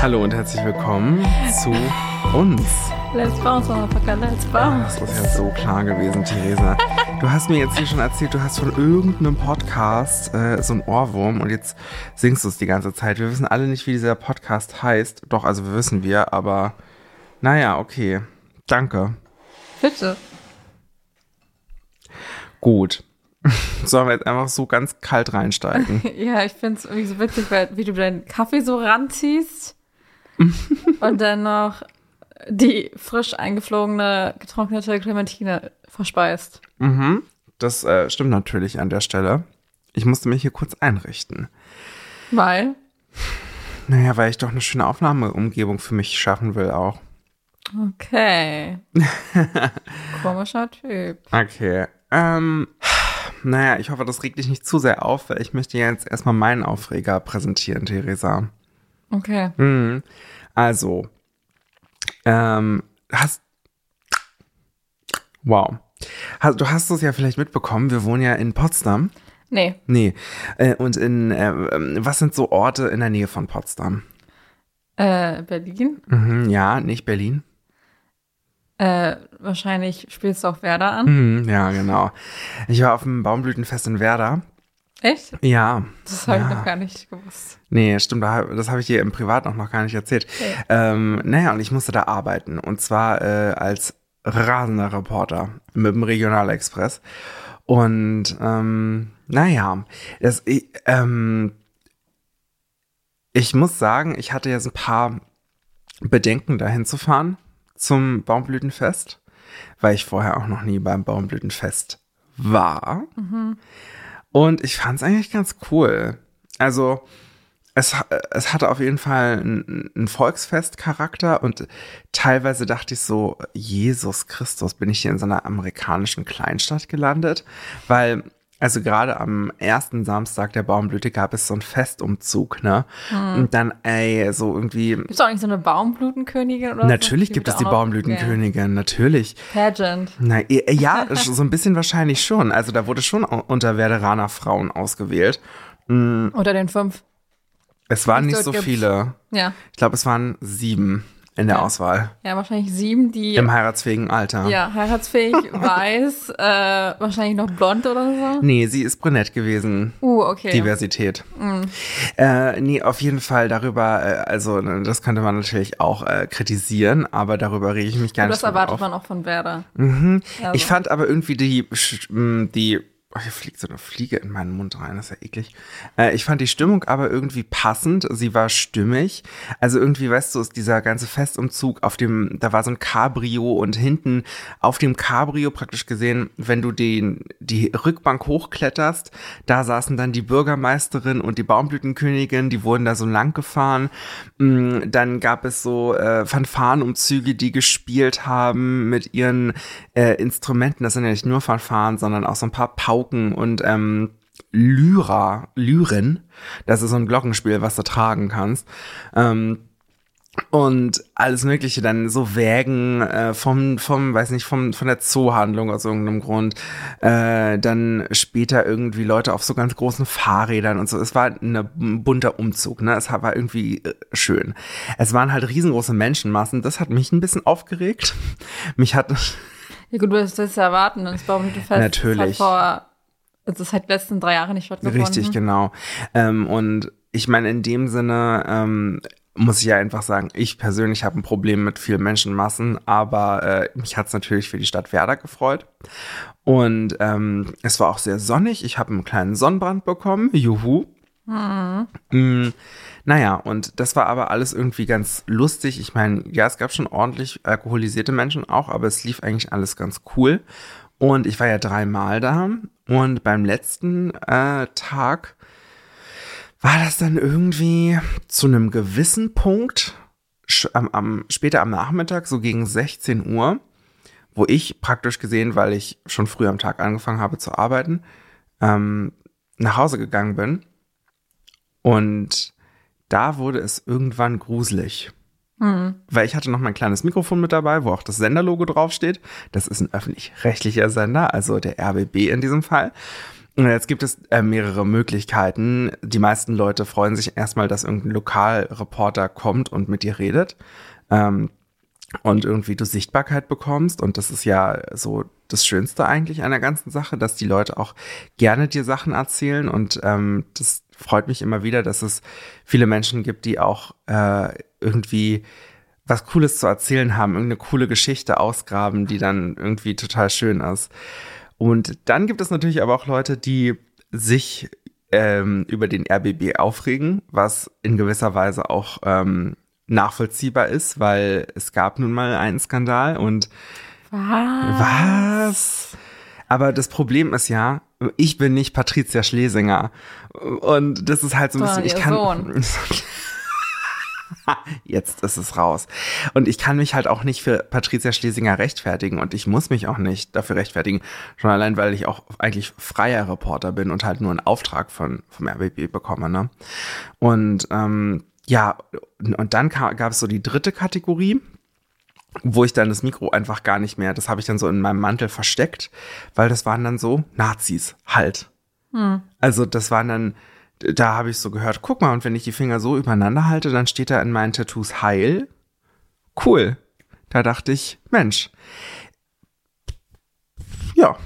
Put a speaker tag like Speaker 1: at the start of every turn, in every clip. Speaker 1: Hallo und herzlich willkommen zu uns.
Speaker 2: Let's bounce, motherfucker, let's
Speaker 1: Das
Speaker 2: bounce.
Speaker 1: ist ja so klar gewesen, Theresa. Du hast mir jetzt hier schon erzählt, du hast von irgendeinem Podcast äh, so einen Ohrwurm und jetzt singst du es die ganze Zeit. Wir wissen alle nicht, wie dieser Podcast heißt. Doch, also wir wissen wir, aber naja, okay. Danke.
Speaker 2: Bitte.
Speaker 1: Gut. Sollen wir jetzt einfach so ganz kalt reinsteigen?
Speaker 2: Ja, ich find's irgendwie so witzig, weil, wie du deinen Kaffee so ranziehst und dann noch die frisch eingeflogene, getrocknete Clementine verspeist.
Speaker 1: Mhm. Das äh, stimmt natürlich an der Stelle. Ich musste mich hier kurz einrichten.
Speaker 2: Weil,
Speaker 1: Naja, weil ich doch eine schöne Aufnahmeumgebung für mich schaffen will auch.
Speaker 2: okay. Komischer Typ.
Speaker 1: Okay. Ähm, naja, ich hoffe, das regt dich nicht zu sehr auf, weil ich möchte jetzt erstmal meinen Aufreger präsentieren, Theresa.
Speaker 2: Okay.
Speaker 1: Mhm. Also, ähm, hast. Wow. Hast- Du hast es ja vielleicht mitbekommen, wir wohnen ja in Potsdam.
Speaker 2: Nee,
Speaker 1: Nee. Äh, und in, äh, ähm, was sind so Orte in der Nähe von Potsdam?
Speaker 2: äh, Berlin.
Speaker 1: Mhm, ja, nicht Berlin.
Speaker 2: Äh, wahrscheinlich spielst du auch Werder an.
Speaker 1: Mhm, ja, genau. Ich war auf dem Baumblütenfest in Werder.
Speaker 2: Echt?
Speaker 1: Ja.
Speaker 2: Das halt habe ich
Speaker 1: Ja.
Speaker 2: noch gar nicht gewusst.
Speaker 1: Nee, stimmt, da hab- das habe ich dir im Privat auch noch gar nicht erzählt.
Speaker 2: Okay.
Speaker 1: Ähm, naja, und ich musste da arbeiten. Und zwar äh, als rasender Reporter mit dem Regionalexpress. Und ähm, naja, das, ich, ähm, ich muss sagen, ich hatte jetzt ein paar Bedenken, dahin zu fahren zum Baumblütenfest, weil ich vorher auch noch nie beim Baumblütenfest war. Und ich fand es eigentlich ganz cool. Also, es, ha- es hatte auf jeden Fall einen, einen Volksfestcharakter und teilweise dachte ich so, Jesus Christus, bin ich hier in so einer amerikanischen Kleinstadt gelandet? Weil, also gerade am ersten Samstag der Baumblüte gab es so einen Festumzug, ne?
Speaker 2: Hm.
Speaker 1: Und dann, ey, so irgendwie.
Speaker 2: Gibt's auch nicht so eine Baumblütenkönigin oder so?
Speaker 1: Natürlich gibt es
Speaker 2: wird
Speaker 1: die
Speaker 2: auch noch-
Speaker 1: Baumblütenkönigin, natürlich.
Speaker 2: Ja. Pageant.
Speaker 1: Na, eh, ja, so ein bisschen wahrscheinlich schon. Also da wurde schon au- unter Werderaner Frauen ausgewählt. Hm.
Speaker 2: Unter den fünf.
Speaker 1: Es waren
Speaker 2: Ich
Speaker 1: nicht
Speaker 2: dort
Speaker 1: so
Speaker 2: gibt's-
Speaker 1: viele.
Speaker 2: Ja.
Speaker 1: Ich glaube, es waren sieben in der
Speaker 2: Ja.
Speaker 1: Auswahl.
Speaker 2: Ja, wahrscheinlich sieben, die
Speaker 1: Im heiratsfähigen Alter.
Speaker 2: ja, heiratsfähig, weiß, äh, wahrscheinlich noch blond oder so.
Speaker 1: Nee, sie ist brünett gewesen.
Speaker 2: Uh, okay.
Speaker 1: Diversität.
Speaker 2: Mhm.
Speaker 1: Äh, nee, auf jeden Fall darüber, äh, also ne, das könnte man natürlich auch äh, kritisieren, aber darüber rege ich mich gar
Speaker 2: Und
Speaker 1: nicht
Speaker 2: das
Speaker 1: drüber
Speaker 2: erwartet
Speaker 1: auf.
Speaker 2: man auch von Werder. Also.
Speaker 1: Mhm. Ich fand aber irgendwie die, Sch- m, die, oh, hier fliegt so eine Fliege in meinen Mund rein, das ist ja eklig. Äh, ich fand die Stimmung aber irgendwie passend, sie war stimmig. Also irgendwie, weißt du, ist dieser ganze Festumzug auf dem, da war so ein Cabrio und hinten auf dem Cabrio praktisch gesehen, wenn du den, die Rückbank hochkletterst, da saßen dann die Bürgermeisterin und die Baumblütenkönigin, die wurden da so lang gefahren. Mm, Dann gab es so äh, Fanfarenumzüge, die gespielt haben mit ihren äh, Instrumenten. Das sind ja nicht nur Fanfaren, sondern auch so ein paar Pauken und ähm, Lyra, Lyren. Das ist so ein Glockenspiel, was du tragen kannst. Ähm, und alles Mögliche dann so Wägen äh, vom, vom, weiß nicht, vom, von der Zoohandlung aus irgendeinem Grund. Äh, dann später irgendwie Leute auf so ganz großen Fahrrädern und so. Es war eine- ein bunter Umzug, ne? Es war irgendwie äh, schön. Es waren halt riesengroße Menschenmassen. Das hat mich ein bisschen aufgeregt. Mich hat,
Speaker 2: Ja gut, das ist ja erwarten, das Baumblütenfest.
Speaker 1: Natürlich.
Speaker 2: Das hat vor, also das hat die letzten drei Jahre nicht stattgefunden.
Speaker 1: Richtig, genau. Ähm, und ich meine, in dem Sinne ähm, muss ich ja einfach sagen, ich persönlich habe ein Problem mit vielen Menschenmassen, aber äh, mich hat es natürlich für die Stadt Werder gefreut. Und ähm, es war auch sehr sonnig. Ich habe einen kleinen Sonnenbrand bekommen. Juhu. Mm, naja, und das war aber alles irgendwie ganz lustig. Ich meine, ja, es gab schon ordentlich alkoholisierte Menschen auch, aber es lief eigentlich alles ganz cool. Und ich war ja dreimal da. Und beim letzten äh, Tag war das dann irgendwie zu einem gewissen Punkt, sch- am, am, später am Nachmittag, so gegen 16 Uhr, wo ich praktisch gesehen, weil ich schon früh am Tag angefangen habe zu arbeiten, ähm, nach Hause gegangen bin. Und da wurde es irgendwann gruselig.
Speaker 2: Hm.
Speaker 1: Weil ich hatte noch mein kleines Mikrofon mit dabei, wo auch das Senderlogo draufsteht. Das ist ein öffentlich-rechtlicher Sender, also der RBB in diesem Fall. Und jetzt gibt es äh, mehrere Möglichkeiten. Die meisten Leute freuen sich erstmal, dass irgendein Lokalreporter kommt und mit dir redet. Ähm, und irgendwie du Sichtbarkeit bekommst. Und das ist ja so das Schönste eigentlich an der ganzen Sache, dass die Leute auch gerne dir Sachen erzählen. Und ähm, das freut mich immer wieder, dass es viele Menschen gibt, die auch äh, irgendwie was Cooles zu erzählen haben, irgendeine coole Geschichte ausgraben, die dann irgendwie total schön ist. Und dann gibt es natürlich aber auch Leute, die sich ähm, über den RBB aufregen, was in gewisser Weise auch ähm, nachvollziehbar ist, weil es gab nun mal einen Skandal und
Speaker 2: Was?
Speaker 1: was? Aber das Problem ist ja, ich bin nicht Patricia Schlesinger. Und das ist halt so ein
Speaker 2: Sondern
Speaker 1: bisschen, ich
Speaker 2: ihr
Speaker 1: kann.
Speaker 2: Sohn.
Speaker 1: Jetzt ist es raus. Und ich kann mich halt auch nicht für Patricia Schlesinger rechtfertigen und ich muss mich auch nicht dafür rechtfertigen. Schon allein, weil ich auch eigentlich freier Reporter bin und halt nur einen Auftrag von, vom RBB bekomme. Ne? Und ähm, ja, und dann gab es so die dritte Kategorie, wo ich dann das Mikro einfach gar nicht mehr, das habe ich dann so in meinem Mantel versteckt, weil das waren dann so Nazis halt. Also das waren dann, da habe ich so gehört, guck mal, und wenn ich die Finger so übereinander halte, dann steht da in meinen Tattoos heil. Cool. Da dachte ich, Mensch. Ja.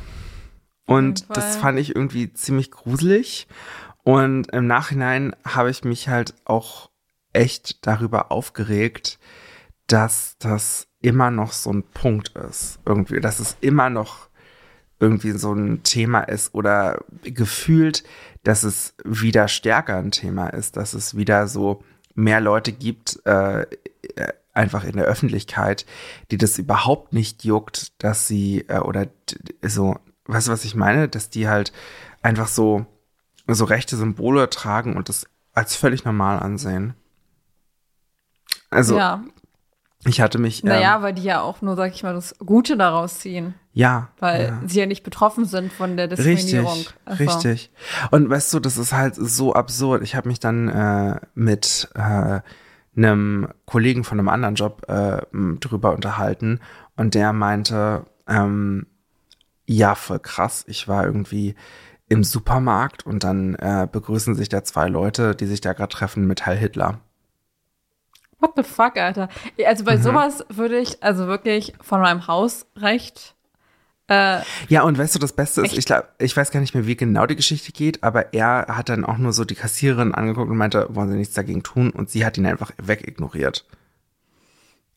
Speaker 1: Und
Speaker 2: jeden Fall.
Speaker 1: das fand ich irgendwie ziemlich gruselig. Und im Nachhinein habe ich mich halt auch echt darüber aufgeregt, dass das immer noch so ein Punkt ist. Irgendwie, dass es immer noch irgendwie so ein Thema ist oder gefühlt, dass es wieder stärker ein Thema ist, dass es wieder so mehr Leute gibt, äh, äh, einfach in der Öffentlichkeit, die das überhaupt nicht juckt, dass sie äh, oder d- d- so, weißt du, was ich meine, dass die halt einfach so, so rechte Symbole tragen und das als völlig normal ansehen. Also,
Speaker 2: ja.
Speaker 1: ich hatte mich. Ähm,
Speaker 2: Naja, weil die ja auch nur, sag ich mal, das Gute daraus ziehen,
Speaker 1: ja.
Speaker 2: weil
Speaker 1: ja.
Speaker 2: sie ja nicht betroffen sind von der Diskriminierung.
Speaker 1: Richtig,
Speaker 2: Also,
Speaker 1: richtig. Und weißt du, das ist halt so absurd. Ich habe mich dann äh, mit äh, einem Kollegen von einem anderen Job äh, m, drüber unterhalten und der meinte, ähm, ja, voll krass. Ich war irgendwie im Supermarkt und dann äh, begrüßen sich da zwei Leute, die sich da gerade treffen mit Heil Hitler.
Speaker 2: What the fuck, Alter? Also
Speaker 1: Mhm.
Speaker 2: bei sowas würde ich also wirklich von meinem Hausrecht äh,
Speaker 1: Ja, und weißt du, das Beste ist,
Speaker 2: Echt?
Speaker 1: ich, glaub, ich weiß gar nicht mehr, wie genau die Geschichte geht, aber er hat dann auch nur so die Kassiererin angeguckt und meinte, wollen Sie nichts dagegen tun? Und sie hat ihn einfach wegignoriert.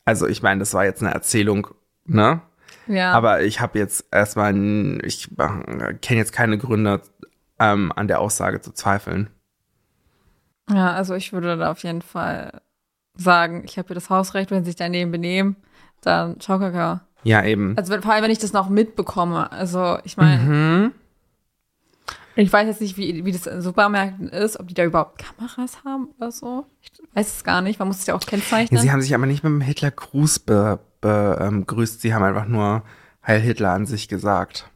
Speaker 1: Also ich meine, das war jetzt eine Erzählung, ne?
Speaker 2: ja.
Speaker 1: Aber ich habe jetzt erstmal, n- ich äh, kenne jetzt keine Gründe, ähm, an der Aussage zu zweifeln.
Speaker 2: Ja, also ich würde da auf jeden Fall sagen, ich habe hier das Hausrecht, wenn sie sich daneben benehmen, dann ciao Kakao.
Speaker 1: Ja, eben.
Speaker 2: Also wenn, vor allem, wenn ich das noch mitbekomme. Also ich meine,
Speaker 1: Mhm.
Speaker 2: ich weiß jetzt nicht, wie, wie das in Supermärkten ist, ob die da überhaupt Kameras haben oder so. Ich weiß es gar nicht, man muss es ja auch
Speaker 1: Ja,
Speaker 2: kennzeichnen.
Speaker 1: sie haben sich aber nicht mit dem Hitlergruß be, be, ähm, grüßt, sie haben einfach nur Heil Hitler an sich gesagt,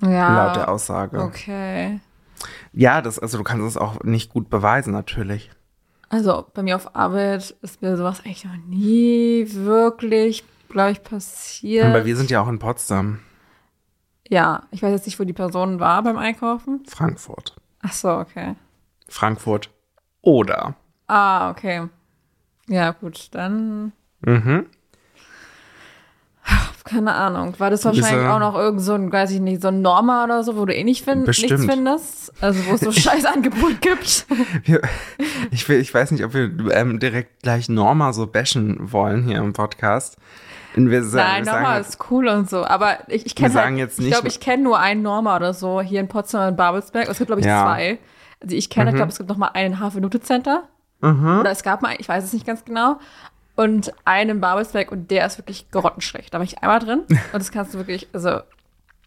Speaker 2: ja,
Speaker 1: laut der Aussage.
Speaker 2: Ah, okay.
Speaker 1: Ja, das, also du kannst es auch nicht gut beweisen, natürlich.
Speaker 2: Also bei mir auf Arbeit ist mir sowas eigentlich noch nie wirklich, glaube ich, passiert.
Speaker 1: Aber wir sind ja auch in Potsdam,
Speaker 2: ja, ich weiß jetzt nicht, wo die Person war beim Einkaufen.
Speaker 1: Frankfurt.
Speaker 2: Ach so, okay.
Speaker 1: Frankfurt oder.
Speaker 2: Ah, okay. Ja, gut, dann.
Speaker 1: Mhm.
Speaker 2: Keine Ahnung. War das
Speaker 1: bist,
Speaker 2: wahrscheinlich
Speaker 1: äh,
Speaker 2: auch noch irgend so ein, weiß ich nicht, so ein Norma oder so, wo du eh nicht find, nichts
Speaker 1: Bestimmt.
Speaker 2: findest? Also wo es so scheiß Angebot gibt.
Speaker 1: Wir, ich, will, ich weiß nicht, ob wir ähm, direkt gleich Norma so bashen wollen hier im Podcast. Und wir, sa- wir
Speaker 2: Nein,
Speaker 1: sagen, halt,
Speaker 2: Norma ist cool und so. Aber ich, ich
Speaker 1: Wir
Speaker 2: kenne halt,
Speaker 1: sagen jetzt
Speaker 2: ich
Speaker 1: nicht-
Speaker 2: glaube, ich kenne nur einen Norma oder so hier in Potsdam und Babelsberg. Es gibt, glaube ich,
Speaker 1: Ja. Mhm.
Speaker 2: zwei. Also ich kenne, ich glaube, es gibt noch mal einen Hafen-Nute-Center. Oder es gab mal, einen, ich weiß es nicht ganz genau. Und einen in Babelsberg und der ist wirklich grottenschlecht. Da war ich einmal drin und das kannst du wirklich, also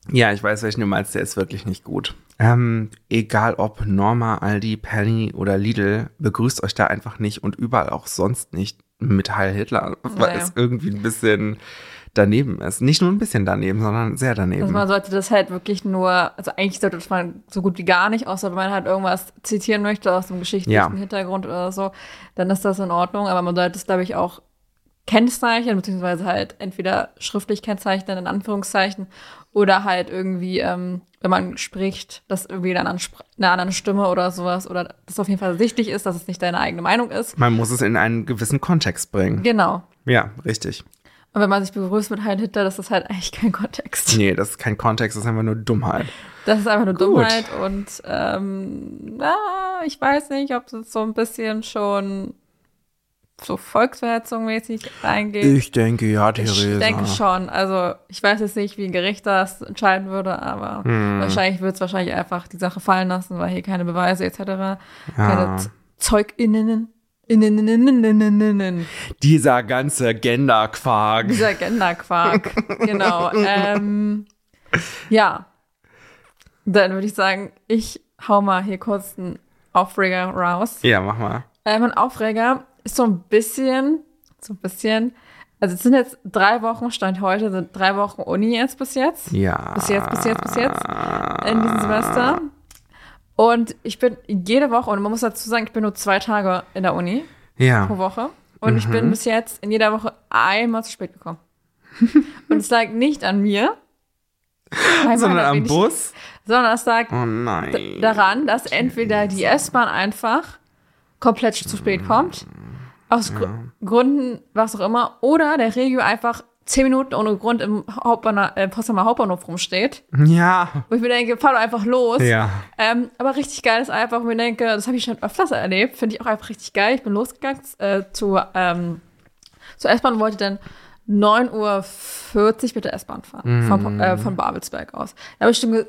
Speaker 1: Ja, ich weiß, welchen du meinst, der ist wirklich nicht gut. Ähm, egal ob Norma, Aldi, Penny oder Lidl, begrüßt euch da einfach nicht und überall auch sonst nicht mit Heil Hitler, weil
Speaker 2: Naja.
Speaker 1: es irgendwie ein bisschen daneben ist. Nicht nur ein bisschen daneben, sondern sehr daneben.
Speaker 2: Also man sollte das halt wirklich nur, also eigentlich sollte das man so gut wie gar nicht, außer wenn man halt irgendwas zitieren möchte aus dem geschichtlichen
Speaker 1: Ja.
Speaker 2: Hintergrund oder so, dann ist das in Ordnung. Aber man sollte es, glaube ich, auch kennzeichnen, beziehungsweise halt entweder schriftlich kennzeichnen, in Anführungszeichen, oder halt irgendwie, ähm, wenn man spricht, das irgendwie in einer, anderen Spr- einer anderen Stimme oder sowas, oder das auf jeden Fall sichtlich ist, dass es nicht deine eigene Meinung ist.
Speaker 1: Man muss es in einen gewissen Kontext bringen.
Speaker 2: Genau.
Speaker 1: Ja, richtig.
Speaker 2: Und wenn man sich begrüßt mit Heil Hitler, das ist halt eigentlich kein Kontext.
Speaker 1: Nee, das ist kein Kontext, das ist einfach nur Dummheit.
Speaker 2: Das ist einfach nur
Speaker 1: Gut.
Speaker 2: Dummheit und ähm, na, ich weiß nicht, ob das so ein bisschen schon so volksverhetzungmäßig reingeht.
Speaker 1: Ich denke, ja, Theresa.
Speaker 2: Ich denke schon. Also ich weiß jetzt nicht, wie ein Gericht das entscheiden würde, aber wahrscheinlich wird es wahrscheinlich einfach die Sache fallen lassen, weil hier keine Beweise etc., keine Z- ZeugInnen, Inneninneninneninnen.
Speaker 1: Dieser ganze Gender-Quark.
Speaker 2: Dieser Genderquark, genau. Ähm, ja. Dann würde ich sagen, ich hau mal hier kurz einen Aufreger raus.
Speaker 1: Ja, mach mal.
Speaker 2: Äh, mein Aufreger ist so ein bisschen, so ein bisschen, also es sind jetzt drei Wochen, Stand heute, sind drei Wochen Uni jetzt bis jetzt.
Speaker 1: Ja.
Speaker 2: Bis jetzt, bis jetzt, bis jetzt. In diesem Semester. Und ich bin jede Woche, und man muss dazu sagen, ich bin nur zwei Tage in der Uni pro
Speaker 1: Ja.
Speaker 2: Woche. Und ich
Speaker 1: Mhm.
Speaker 2: bin bis jetzt in jeder Woche einmal zu spät gekommen. Und es lag nicht an mir, weil
Speaker 1: Sondern
Speaker 2: meiner
Speaker 1: am
Speaker 2: wenig-
Speaker 1: Bus?
Speaker 2: sondern es lag
Speaker 1: Oh nein.
Speaker 2: daran, dass entweder die S-Bahn einfach komplett zu spät
Speaker 1: Mhm.
Speaker 2: kommt, aus Gr Gründen, was auch immer, oder der Regio einfach zehn Minuten ohne Grund im Hauptbahnhof, äh, Potsdamer Hauptbahnhof rumsteht,
Speaker 1: Ja.
Speaker 2: wo ich mir denke, fahr doch einfach los.
Speaker 1: Ja.
Speaker 2: Ähm, aber richtig geil ist einfach, wo ich mir denke, das habe ich schon öfters erlebt, finde ich auch einfach richtig geil. Ich bin losgegangen äh, zu, ähm, zur S-Bahn und wollte dann 9.40 Uhr mit der S-Bahn fahren, von, äh, von Babelsberg aus. Da habe ich schon ge-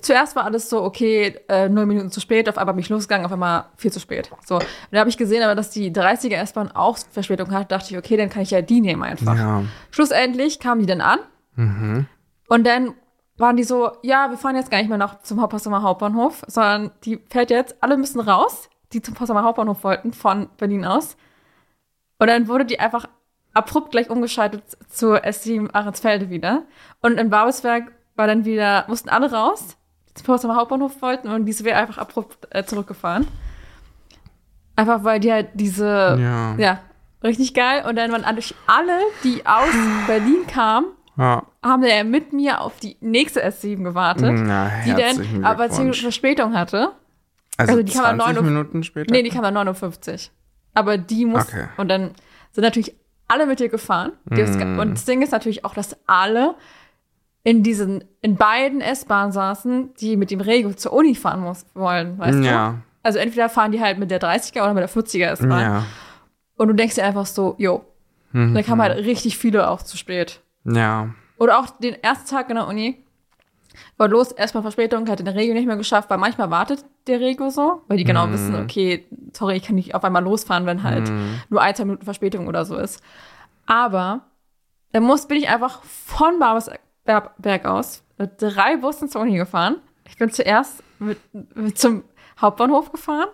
Speaker 2: Zuerst war alles so, okay, äh, null Minuten zu spät, auf einmal bin ich losgegangen, auf einmal viel zu spät. So, Und da habe ich gesehen, aber dass die 30er S-Bahn auch Verspätung hat, dachte ich, okay, dann kann ich ja die nehmen einfach.
Speaker 1: Ja.
Speaker 2: Schlussendlich kamen die dann an. Und dann waren die so, ja, wir fahren jetzt gar nicht mehr noch zum Potsdamer Hauptbahnhof, sondern die fährt jetzt, alle müssen raus, die zum Potsdamer Hauptbahnhof wollten, von Berlin aus. Und dann wurde die einfach abrupt gleich umgeschaltet zur S7 Ahrensfelde wieder. Und in Babelsberg war dann wieder, mussten alle raus, die zum Potsdamer Hauptbahnhof wollten und diese wäre einfach abrupt äh, zurückgefahren. Einfach weil die halt diese,
Speaker 1: Ja.
Speaker 2: ja, richtig geil. Und dann waren alle, alle die aus Berlin kamen,
Speaker 1: Ja.
Speaker 2: haben ja mit mir auf die nächste S7 gewartet,
Speaker 1: Na,
Speaker 2: die
Speaker 1: Mhm. herzlichen
Speaker 2: dann aber
Speaker 1: Glückwunsch.
Speaker 2: 10 Minuten Verspätung hatte.
Speaker 1: Also,
Speaker 2: also die kann man
Speaker 1: 20
Speaker 2: neun Uhr-
Speaker 1: Minuten später?
Speaker 2: Nee, die kam dann 59. Aber die muss
Speaker 1: Okay. Mhm.
Speaker 2: und dann sind natürlich alle mit dir gefahren. Die haben's ge- Und das Ding ist natürlich auch, dass alle in diesen in beiden S-Bahnen saßen, die mit dem Regio zur Uni fahren muss, wollen, weißt du?
Speaker 1: Ja.
Speaker 2: Also entweder fahren die halt mit der 30er oder mit der 40er S-Bahn.
Speaker 1: Ja. Mhm.
Speaker 2: Und du denkst dir einfach so, jo. Und dann kamen halt richtig viele auch zu spät.
Speaker 1: Ja.
Speaker 2: Oder auch den ersten Tag in der Uni. War los, erstmal Verspätung, hat in der Regio nicht mehr geschafft, weil manchmal wartet der Regio so, weil die genau wissen, okay, sorry, ich kann nicht auf einmal losfahren, wenn halt nur ein, zwei Minuten Verspätung oder so ist. Aber dann muss, bin ich einfach von Babelsberg aus mit drei Bussen zur Uni gefahren. Ich bin zuerst mit, mit zum Hauptbahnhof gefahren,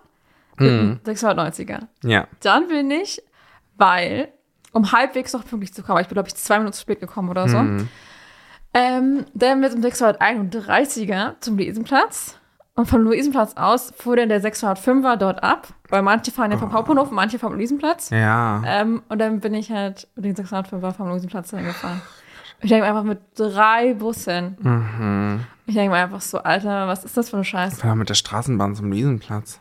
Speaker 2: mit einem 690er.
Speaker 1: Ja.
Speaker 2: Dann bin ich, weil, um halbwegs noch pünktlich zu kommen, weil ich bin, glaube ich, zwei Minuten zu spät gekommen oder so, ähm, dann mit dem 631er zum Luisenplatz. Und vom Luisenplatz aus fuhr dann der 605er dort ab, weil manche fahren ja vom Hauptbahnhof und manche vom Luisenplatz.
Speaker 1: Ja.
Speaker 2: Ähm, und dann bin ich halt mit den 605er vom Luisenplatz dann gefahren. Ich denke mir einfach mit drei Bussen. Ich denke mir einfach so, Alter, was ist das für eine Scheiße?
Speaker 1: Fahr doch mit der Straßenbahn zum Luisenplatz.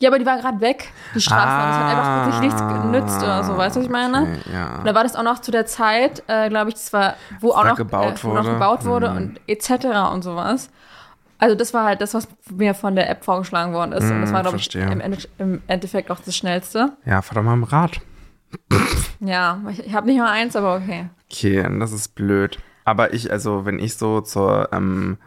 Speaker 2: Ja, aber die war gerade weg, die Straßen. und Das hat einfach wirklich nichts genützt oder so, weißt du, was ich meine?
Speaker 1: Ah, Okay, ja.
Speaker 2: Und da war das auch noch zu der Zeit, äh, glaube ich, das war, wo auch
Speaker 1: da
Speaker 2: noch,
Speaker 1: gebaut
Speaker 2: äh, wo noch
Speaker 1: wurde. Hm.
Speaker 2: gebaut wurde und etc. und sowas. Also das war halt das, was mir von der App vorgeschlagen worden ist. und das war, glaube ich,
Speaker 1: Hm, verstehe.
Speaker 2: im, Ende, im Endeffekt auch das Schnellste.
Speaker 1: ja, fahr doch mal im Rad.
Speaker 2: Ja, ich, ich habe nicht mal eins, aber okay.
Speaker 1: Okay, das ist blöd. Aber ich, also, wenn ich so zur ähm,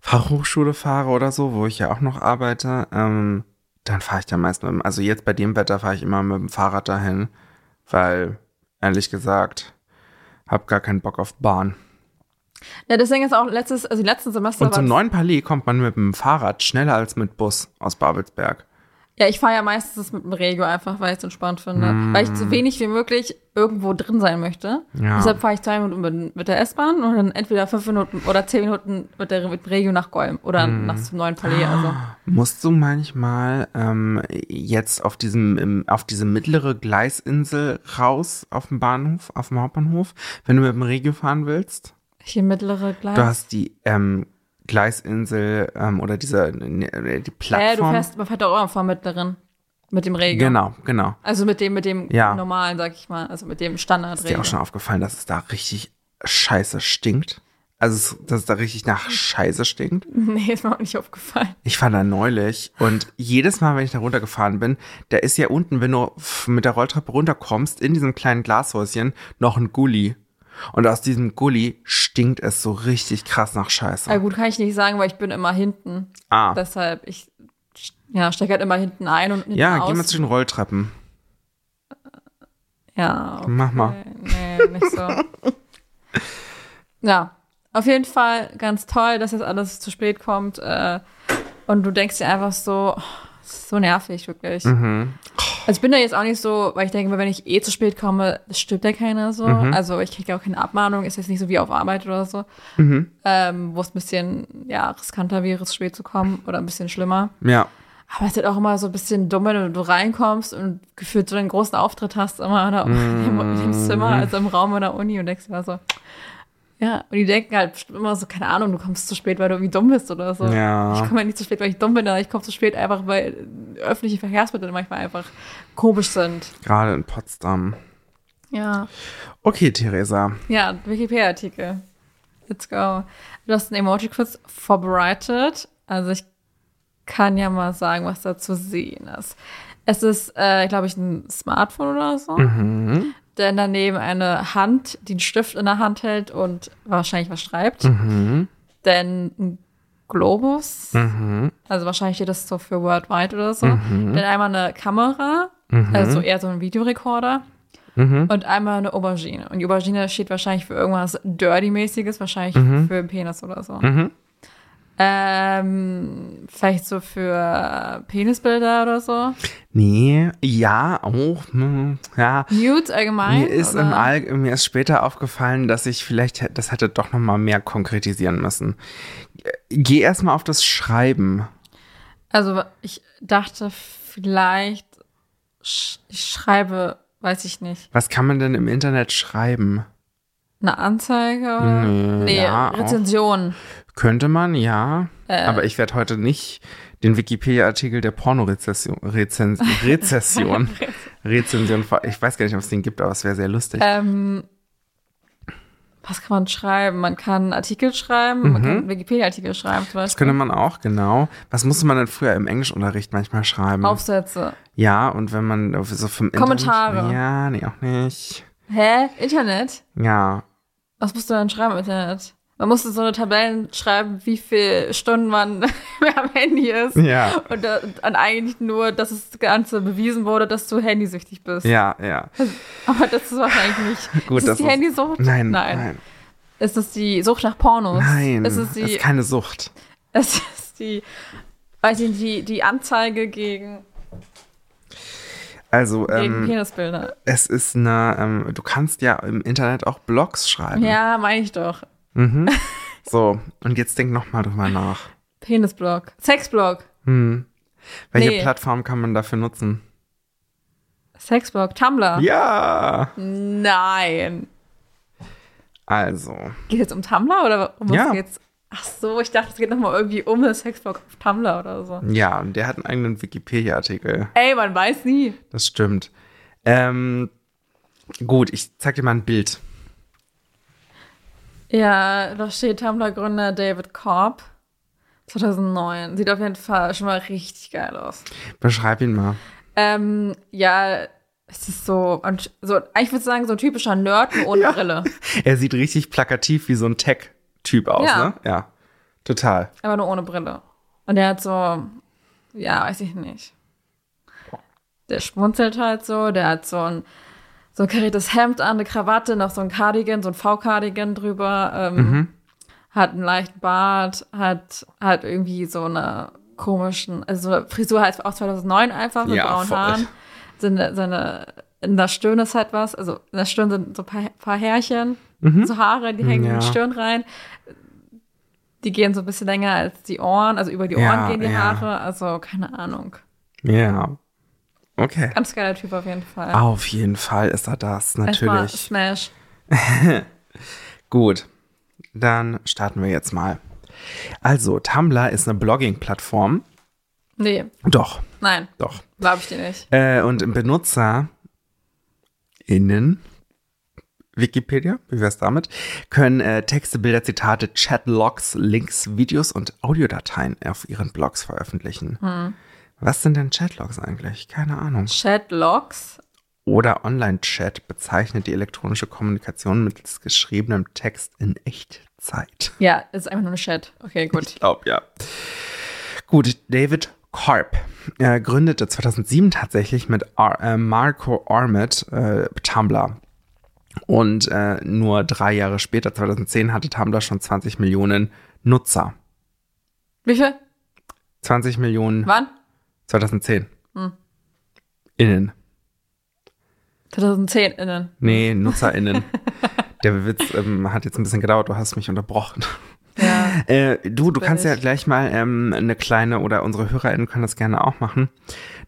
Speaker 1: Fachhochschule fahre oder so, wo ich ja auch noch arbeite, ähm, dann fahre ich da meist mit dem, also jetzt bei dem Wetter fahre ich immer mit dem Fahrrad dahin, weil, ehrlich gesagt, hab gar keinen Bock auf Bahn.
Speaker 2: Ja, deswegen ist auch letztes, also die letzten Semester
Speaker 1: Und
Speaker 2: war
Speaker 1: zum
Speaker 2: das-
Speaker 1: neuen Palais kommt man mit dem Fahrrad schneller als mit Bus aus Babelsberg.
Speaker 2: Ja, ich fahre ja meistens mit dem Regio einfach, weil ich es entspannt finde.
Speaker 1: Hm.
Speaker 2: Weil ich so wenig wie möglich irgendwo drin sein möchte.
Speaker 1: Ja.
Speaker 2: Deshalb fahre ich zwei Minuten mit, mit der S-Bahn und dann entweder fünf Minuten oder zehn Minuten mit, der, mit dem Regio nach Golm oder
Speaker 1: Hm.
Speaker 2: nach zum neuen Palais. Also.
Speaker 1: Musst du manchmal ähm, jetzt auf diesem im, auf diese mittlere Gleisinsel raus auf dem Bahnhof, auf dem Hauptbahnhof, wenn du mit dem Regio fahren willst?
Speaker 2: Hier mittlere Gleis.
Speaker 1: Du hast die ähm, Gleisinsel ähm, oder diese äh, die
Speaker 2: äh, du
Speaker 1: Plattform.
Speaker 2: fährst, man fährt auch immer mittleren. Mit dem Regio.
Speaker 1: genau, genau.
Speaker 2: Also mit dem, mit dem
Speaker 1: Ja.
Speaker 2: normalen, sag ich mal. Also mit dem
Speaker 1: Ist dir
Speaker 2: Standardregio.
Speaker 1: auch schon aufgefallen, dass es da richtig scheiße stinkt? Also, es- dass es da richtig
Speaker 2: Hm.
Speaker 1: nach Scheiße stinkt?
Speaker 2: Nee, ist mir auch nicht aufgefallen.
Speaker 1: Ich fand da neulich und jedes Mal, wenn ich da runtergefahren bin, da ist ja unten, wenn du f- mit der Rolltreppe runterkommst, in diesem kleinen Glashäuschen noch ein Gully. Und aus diesem Gully stinkt es so richtig krass nach
Speaker 2: Na
Speaker 1: Scheiße.
Speaker 2: gut, kann ich nicht sagen, weil ich bin immer hinten.
Speaker 1: Ah,
Speaker 2: Deshalb, ich ja, stecke halt immer hinten ein und hinten
Speaker 1: ja,
Speaker 2: aus.
Speaker 1: geh mal zu den Rolltreppen.
Speaker 2: Ja, okay.
Speaker 1: Mach mal.
Speaker 2: Nee, nicht so. ja, auf jeden Fall ganz toll, dass jetzt alles zu spät kommt. Äh, und du denkst dir einfach so, oh, das ist so nervig, wirklich.
Speaker 1: Mhm.
Speaker 2: Also ich bin da jetzt auch nicht so, weil ich denke, wenn ich eh zu spät komme, das stimmt ja keiner so.
Speaker 1: Mhm.
Speaker 2: Also ich kriege auch keine Abmahnung, ist jetzt nicht so wie auf Arbeit oder so.
Speaker 1: Mhm.
Speaker 2: Ähm, wo es ein bisschen ja, riskanter wäre, zu spät zu kommen oder ein bisschen schlimmer.
Speaker 1: Ja,
Speaker 2: Aber es ist halt auch immer so ein bisschen dumm, wenn du reinkommst und gefühlt so einen großen Auftritt hast, immer in, der, in dem Zimmer, also im Raum an der Uni und denkst immer so, ja, und die denken halt bestimmt immer so, keine Ahnung, du kommst zu spät, weil du irgendwie dumm bist oder so.
Speaker 1: Ja.
Speaker 2: Ich komme ja nicht zu spät, weil ich dumm bin, aber ich komme zu spät einfach, weil öffentliche Verkehrsmittel manchmal einfach komisch sind.
Speaker 1: gerade in Potsdam.
Speaker 2: Ja.
Speaker 1: Okay, Theresa.
Speaker 2: Ja, Wikipedia-Artikel. Let's go. Du hast ein Emoji-Quiz vorbereitet. Also ich kann ja mal sagen, was da zu sehen ist. Es ist, äh, glaube ich, ein Smartphone oder so. Denn daneben eine Hand, die einen Stift in der Hand hält und wahrscheinlich was schreibt. Denn ein Globus. Also wahrscheinlich steht das so für Worldwide oder so. Dann einmal eine Kamera, also eher so ein Videorekorder.
Speaker 1: Mhm.
Speaker 2: Und einmal eine Aubergine. Und die Aubergine steht wahrscheinlich für irgendwas Dirty-mäßiges, wahrscheinlich
Speaker 1: Mhm.
Speaker 2: für einen Penis oder so. Ähm, vielleicht so für Penisbilder oder so.
Speaker 1: Nee, ja, auch, hm, ja.
Speaker 2: Nudes allgemein.
Speaker 1: Mir ist,
Speaker 2: oder?
Speaker 1: im All, mir ist später aufgefallen, dass ich vielleicht hä- das hätte doch noch mal mehr konkretisieren müssen. Geh erstmal auf das Schreiben.
Speaker 2: Also ich dachte vielleicht, sch ich schreibe, weiß ich nicht,
Speaker 1: Was kann man denn im Internet schreiben?
Speaker 2: eine Anzeige oder?
Speaker 1: Nee,
Speaker 2: nee,
Speaker 1: ja, auch.
Speaker 2: Rezension.
Speaker 1: Könnte man, ja.
Speaker 2: Äh.
Speaker 1: aber ich werde heute nicht den Wikipedia-Artikel der Porno-Rezession, Rezen, Rezession, Rezension, ver- ich weiß gar nicht, ob es den gibt, aber es wäre sehr lustig.
Speaker 2: Ähm, was kann man schreiben? Man kann Artikel schreiben, man kann Wikipedia-Artikel schreiben zum
Speaker 1: Mhm. das könnte
Speaker 2: Beispiel.
Speaker 1: man auch, genau. Was musste man denn früher im Englischunterricht manchmal schreiben?
Speaker 2: Aufsätze.
Speaker 1: ja, und wenn man auf- so vom
Speaker 2: Kommentare.
Speaker 1: Internet, ja, nee, auch nicht.
Speaker 2: Hä? Internet?
Speaker 1: Ja,
Speaker 2: Was musst du denn schreiben im Internet? Man musste so eine Tabellen schreiben, wie viel Stunden man am Handy ist.
Speaker 1: Ja.
Speaker 2: Und, da, und eigentlich nur, dass das Ganze bewiesen wurde, dass du handysüchtig bist.
Speaker 1: ja, ja.
Speaker 2: Aber das ist wahrscheinlich nicht.
Speaker 1: Gut,
Speaker 2: ist
Speaker 1: das
Speaker 2: das die
Speaker 1: ist-
Speaker 2: Handysucht?
Speaker 1: Nein,
Speaker 2: nein.
Speaker 1: nein,
Speaker 2: Ist das die Sucht nach Pornos?
Speaker 1: nein.
Speaker 2: Ist es die,
Speaker 1: ist keine Sucht.
Speaker 2: ist es die, weiß ich nicht, die, die Anzeige gegen,
Speaker 1: Also,
Speaker 2: gegen
Speaker 1: ähm,
Speaker 2: Penisbilder?
Speaker 1: es ist eine, ähm, du kannst ja im Internet auch Blogs schreiben.
Speaker 2: Ja, meine ich doch.
Speaker 1: So, und jetzt denk nochmal drüber nach.
Speaker 2: Penisblog. Sexblog.
Speaker 1: Welche
Speaker 2: Nee.
Speaker 1: Plattform kann man dafür nutzen?
Speaker 2: Sexblog. Tumblr.
Speaker 1: Ja!
Speaker 2: Nein.
Speaker 1: Also,
Speaker 2: Geht jetzt um Tumblr oder um was
Speaker 1: Ja.
Speaker 2: geht's? Ach so, ich dachte, es geht nochmal irgendwie um das Sexblog auf Tumblr oder so.
Speaker 1: ja, und der hat einen eigenen Wikipedia-Artikel.
Speaker 2: Ey, man weiß nie.
Speaker 1: Das stimmt. Ähm, gut, ich zeig dir mal ein Bild.
Speaker 2: Ja, da steht Tumblr-Gründer David Korb. 2009. Sieht auf jeden Fall schon mal richtig geil aus.
Speaker 1: Beschreib ihn mal.
Speaker 2: Ähm, ja, es ist so, und so ich würde sagen, so ein typischer Nerd nur ohne Brille.
Speaker 1: Er sieht richtig plakativ wie so ein Tech-Typ aus,
Speaker 2: Ja.
Speaker 1: ne? Ja. Total.
Speaker 2: Aber nur ohne Brille. Und er hat so, ja, weiß ich nicht. Der schmunzelt halt so, der hat so ein, so ein kariertes Hemd an, eine Krawatte, noch so ein Cardigan, so ein V-Cardigan
Speaker 1: Mhm.
Speaker 2: drüber, ähm, hat einen leichten Bart, hat halt irgendwie so eine komischen, also Frisur halt auch 2009 einfach mit
Speaker 1: Ja,
Speaker 2: braunen
Speaker 1: voll.
Speaker 2: Haaren. Seine, seine, in der Stirn ist halt was, also in der Stirn sind so ein paar, paar Härchen, so Haare, die hängen in
Speaker 1: Mhm. Ja.
Speaker 2: die Stirn rein. Die gehen so ein bisschen länger als die Ohren, also über die Ohren
Speaker 1: Ja,
Speaker 2: gehen die
Speaker 1: ja.
Speaker 2: Haare, also keine Ahnung.
Speaker 1: Ja. Okay.
Speaker 2: Ganz geiler Typ auf jeden Fall.
Speaker 1: Auf jeden Fall ist er das,
Speaker 2: Erstmal
Speaker 1: Ah, natürlich.
Speaker 2: Smash.
Speaker 1: Gut, dann starten wir jetzt mal. Also, Tumblr ist eine Blogging-Plattform.
Speaker 2: Nee,
Speaker 1: Doch,
Speaker 2: nein,
Speaker 1: doch.
Speaker 2: glaube ich dir nicht.
Speaker 1: Äh, und Benutzer innen Wikipedia, wie wär's damit, können äh, Texte, Bilder, Zitate, Chatlogs, Links, Videos und Audiodateien auf ihren Blogs veröffentlichen. Was sind denn Chatlogs eigentlich? Keine Ahnung.
Speaker 2: Chatlogs,
Speaker 1: Oder Online-Chat bezeichnet die elektronische Kommunikation mittels geschriebenem Text in Echtzeit.
Speaker 2: ja, ist einfach nur ein Chat. Okay, gut.
Speaker 1: Ich glaube, ja. Gut, David Karp äh, gründete 2007 tatsächlich mit Ar äh, Marco Armet äh, Tumblr. Und äh, nur drei Jahre später, 2010, hatte Tumblr schon 20 Millionen Nutzer.
Speaker 2: Wie viel?
Speaker 1: 20 Millionen
Speaker 2: Wann?
Speaker 1: 2010. Innen.
Speaker 2: 2010 innen.
Speaker 1: Nee, NutzerInnen. Der Witz ähm, hat jetzt ein bisschen gedauert, du hast mich unterbrochen.
Speaker 2: Ja.
Speaker 1: Äh, du, du
Speaker 2: bin
Speaker 1: kannst ja
Speaker 2: ich.
Speaker 1: gleich mal ähm, eine kleine, oder unsere HörerInnen können das gerne auch machen,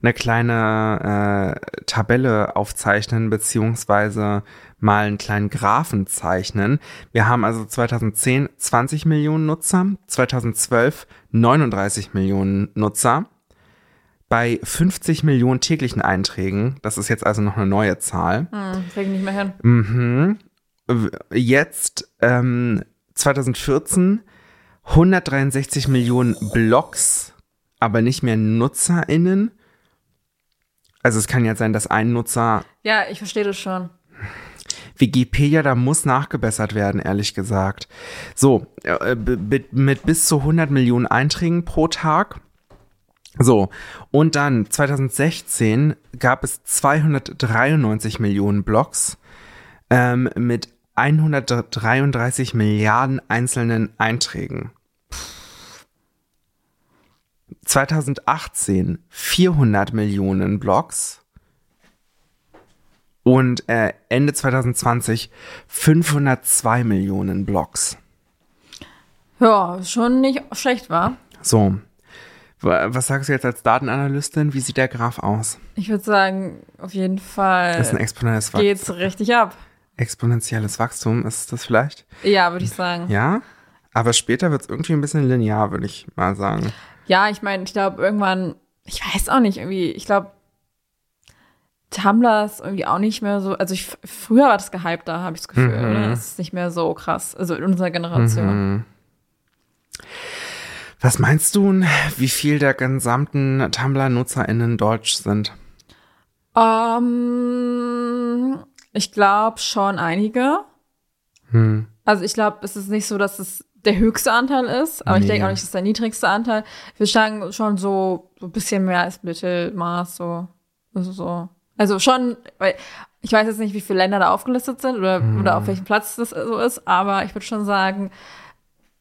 Speaker 1: eine kleine äh, Tabelle aufzeichnen, beziehungsweise mal einen kleinen Graphen zeichnen. Wir haben also 2010 20 Millionen Nutzer, 2012 39 Millionen Nutzer. Bei 50 Millionen täglichen Einträgen, das ist jetzt also noch eine neue Zahl,
Speaker 2: Hm, krieg nicht mehr hin.
Speaker 1: Mhm. W- Jetzt ähm, 2014 163 Millionen Blogs, aber nicht mehr NutzerInnen. Also es kann ja sein, dass ein Nutzer
Speaker 2: Ja, ich verstehe das schon.
Speaker 1: Wikipedia, da muss nachgebessert werden, ehrlich gesagt. So, äh, b- b- mit bis zu 100 Millionen Einträgen pro Tag. So, und dann 2016 gab es 293 Millionen Blogs ähm, mit 133 Milliarden einzelnen Einträgen. 2018 400 Millionen Blogs und äh, Ende 2020 502 Millionen Blogs.
Speaker 2: Ja, ist schon nicht schlecht, war.
Speaker 1: So. Wa- Was sagst du jetzt als Datenanalystin? Wie sieht der Graph aus?
Speaker 2: Ich würde sagen, auf jeden
Speaker 1: Das ist ein
Speaker 2: Fall
Speaker 1: exponentielles, Wach
Speaker 2: geht's richtig ab.
Speaker 1: exponentielles Wachstum, ist das vielleicht?
Speaker 2: Ja, würde ich sagen. Ja,
Speaker 1: Ja. Aber später wird es irgendwie ein bisschen linear, würde ich mal sagen.
Speaker 2: ich meine, ich glaube, irgendwann, ich weiß auch nicht, irgendwie, ich glaube, Tumblr ist irgendwie auch nicht mehr so, also ich, früher war das gehypt, da habe ich das Gefühl,
Speaker 1: Mhm.
Speaker 2: ne? das ist nicht mehr so krass, also in unserer Generation.
Speaker 1: Mhm. Was meinst du, wie viel der gesamten Tumblr-NutzerInnen deutsch sind?
Speaker 2: Ähm, ich glaube schon einige.
Speaker 1: Hm.
Speaker 2: Also ich glaube, es ist nicht so, dass es der höchste Anteil ist, aber ich
Speaker 1: Nee.
Speaker 2: denke auch nicht, dass es der niedrigste Anteil. Wir sagen schon so, so ein bisschen mehr als Mittelmaß, so. Also, so. also schon, weil ich weiß jetzt nicht, wie viele Länder da aufgelistet sind oder,
Speaker 1: Hm.
Speaker 2: oder auf welchem Platz das so ist, aber ich würde schon sagen,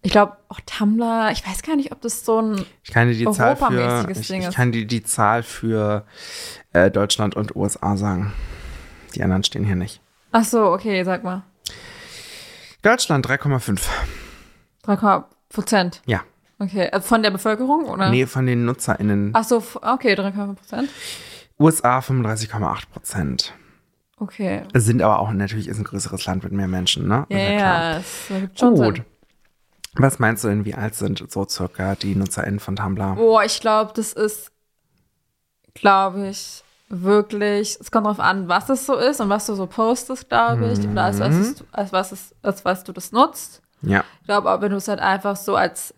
Speaker 2: ich glaube, auch Tumblr, ich weiß gar nicht, ob das so ein,
Speaker 1: Ich kann dir die Zahl für,
Speaker 2: Europamäßiges
Speaker 1: ich,
Speaker 2: Ding
Speaker 1: ich
Speaker 2: ist.
Speaker 1: kann dir die Zahl für äh, Deutschland und USA sagen. Die anderen stehen hier nicht.
Speaker 2: ach so, okay, sag mal,
Speaker 1: Deutschland 3,5.
Speaker 2: 3,5 Prozent.
Speaker 1: Ja.
Speaker 2: Okay, äh, von der Bevölkerung oder?
Speaker 1: Nee, von den NutzerInnen.
Speaker 2: Ach so, f- okay, 3,5 Prozent.
Speaker 1: USA 35,8 Prozent.
Speaker 2: Okay.
Speaker 1: Sind aber auch natürlich ist ein größeres Land mit mehr Menschen, ne?
Speaker 2: Ja,
Speaker 1: Ist
Speaker 2: ja, es gibt schon Sinn.
Speaker 1: Gut. Was meinst du denn, wie alt sind so circa die NutzerInnen von Tumblr?
Speaker 2: Boah, ich glaube, das ist, glaube ich, wirklich. Es kommt drauf an, was es so ist und was du so postest, glaube ich. Oder als, was es, als, was es, als was du das nutzt.
Speaker 1: Ja.
Speaker 2: Ich glaube auch, wenn du es halt einfach so als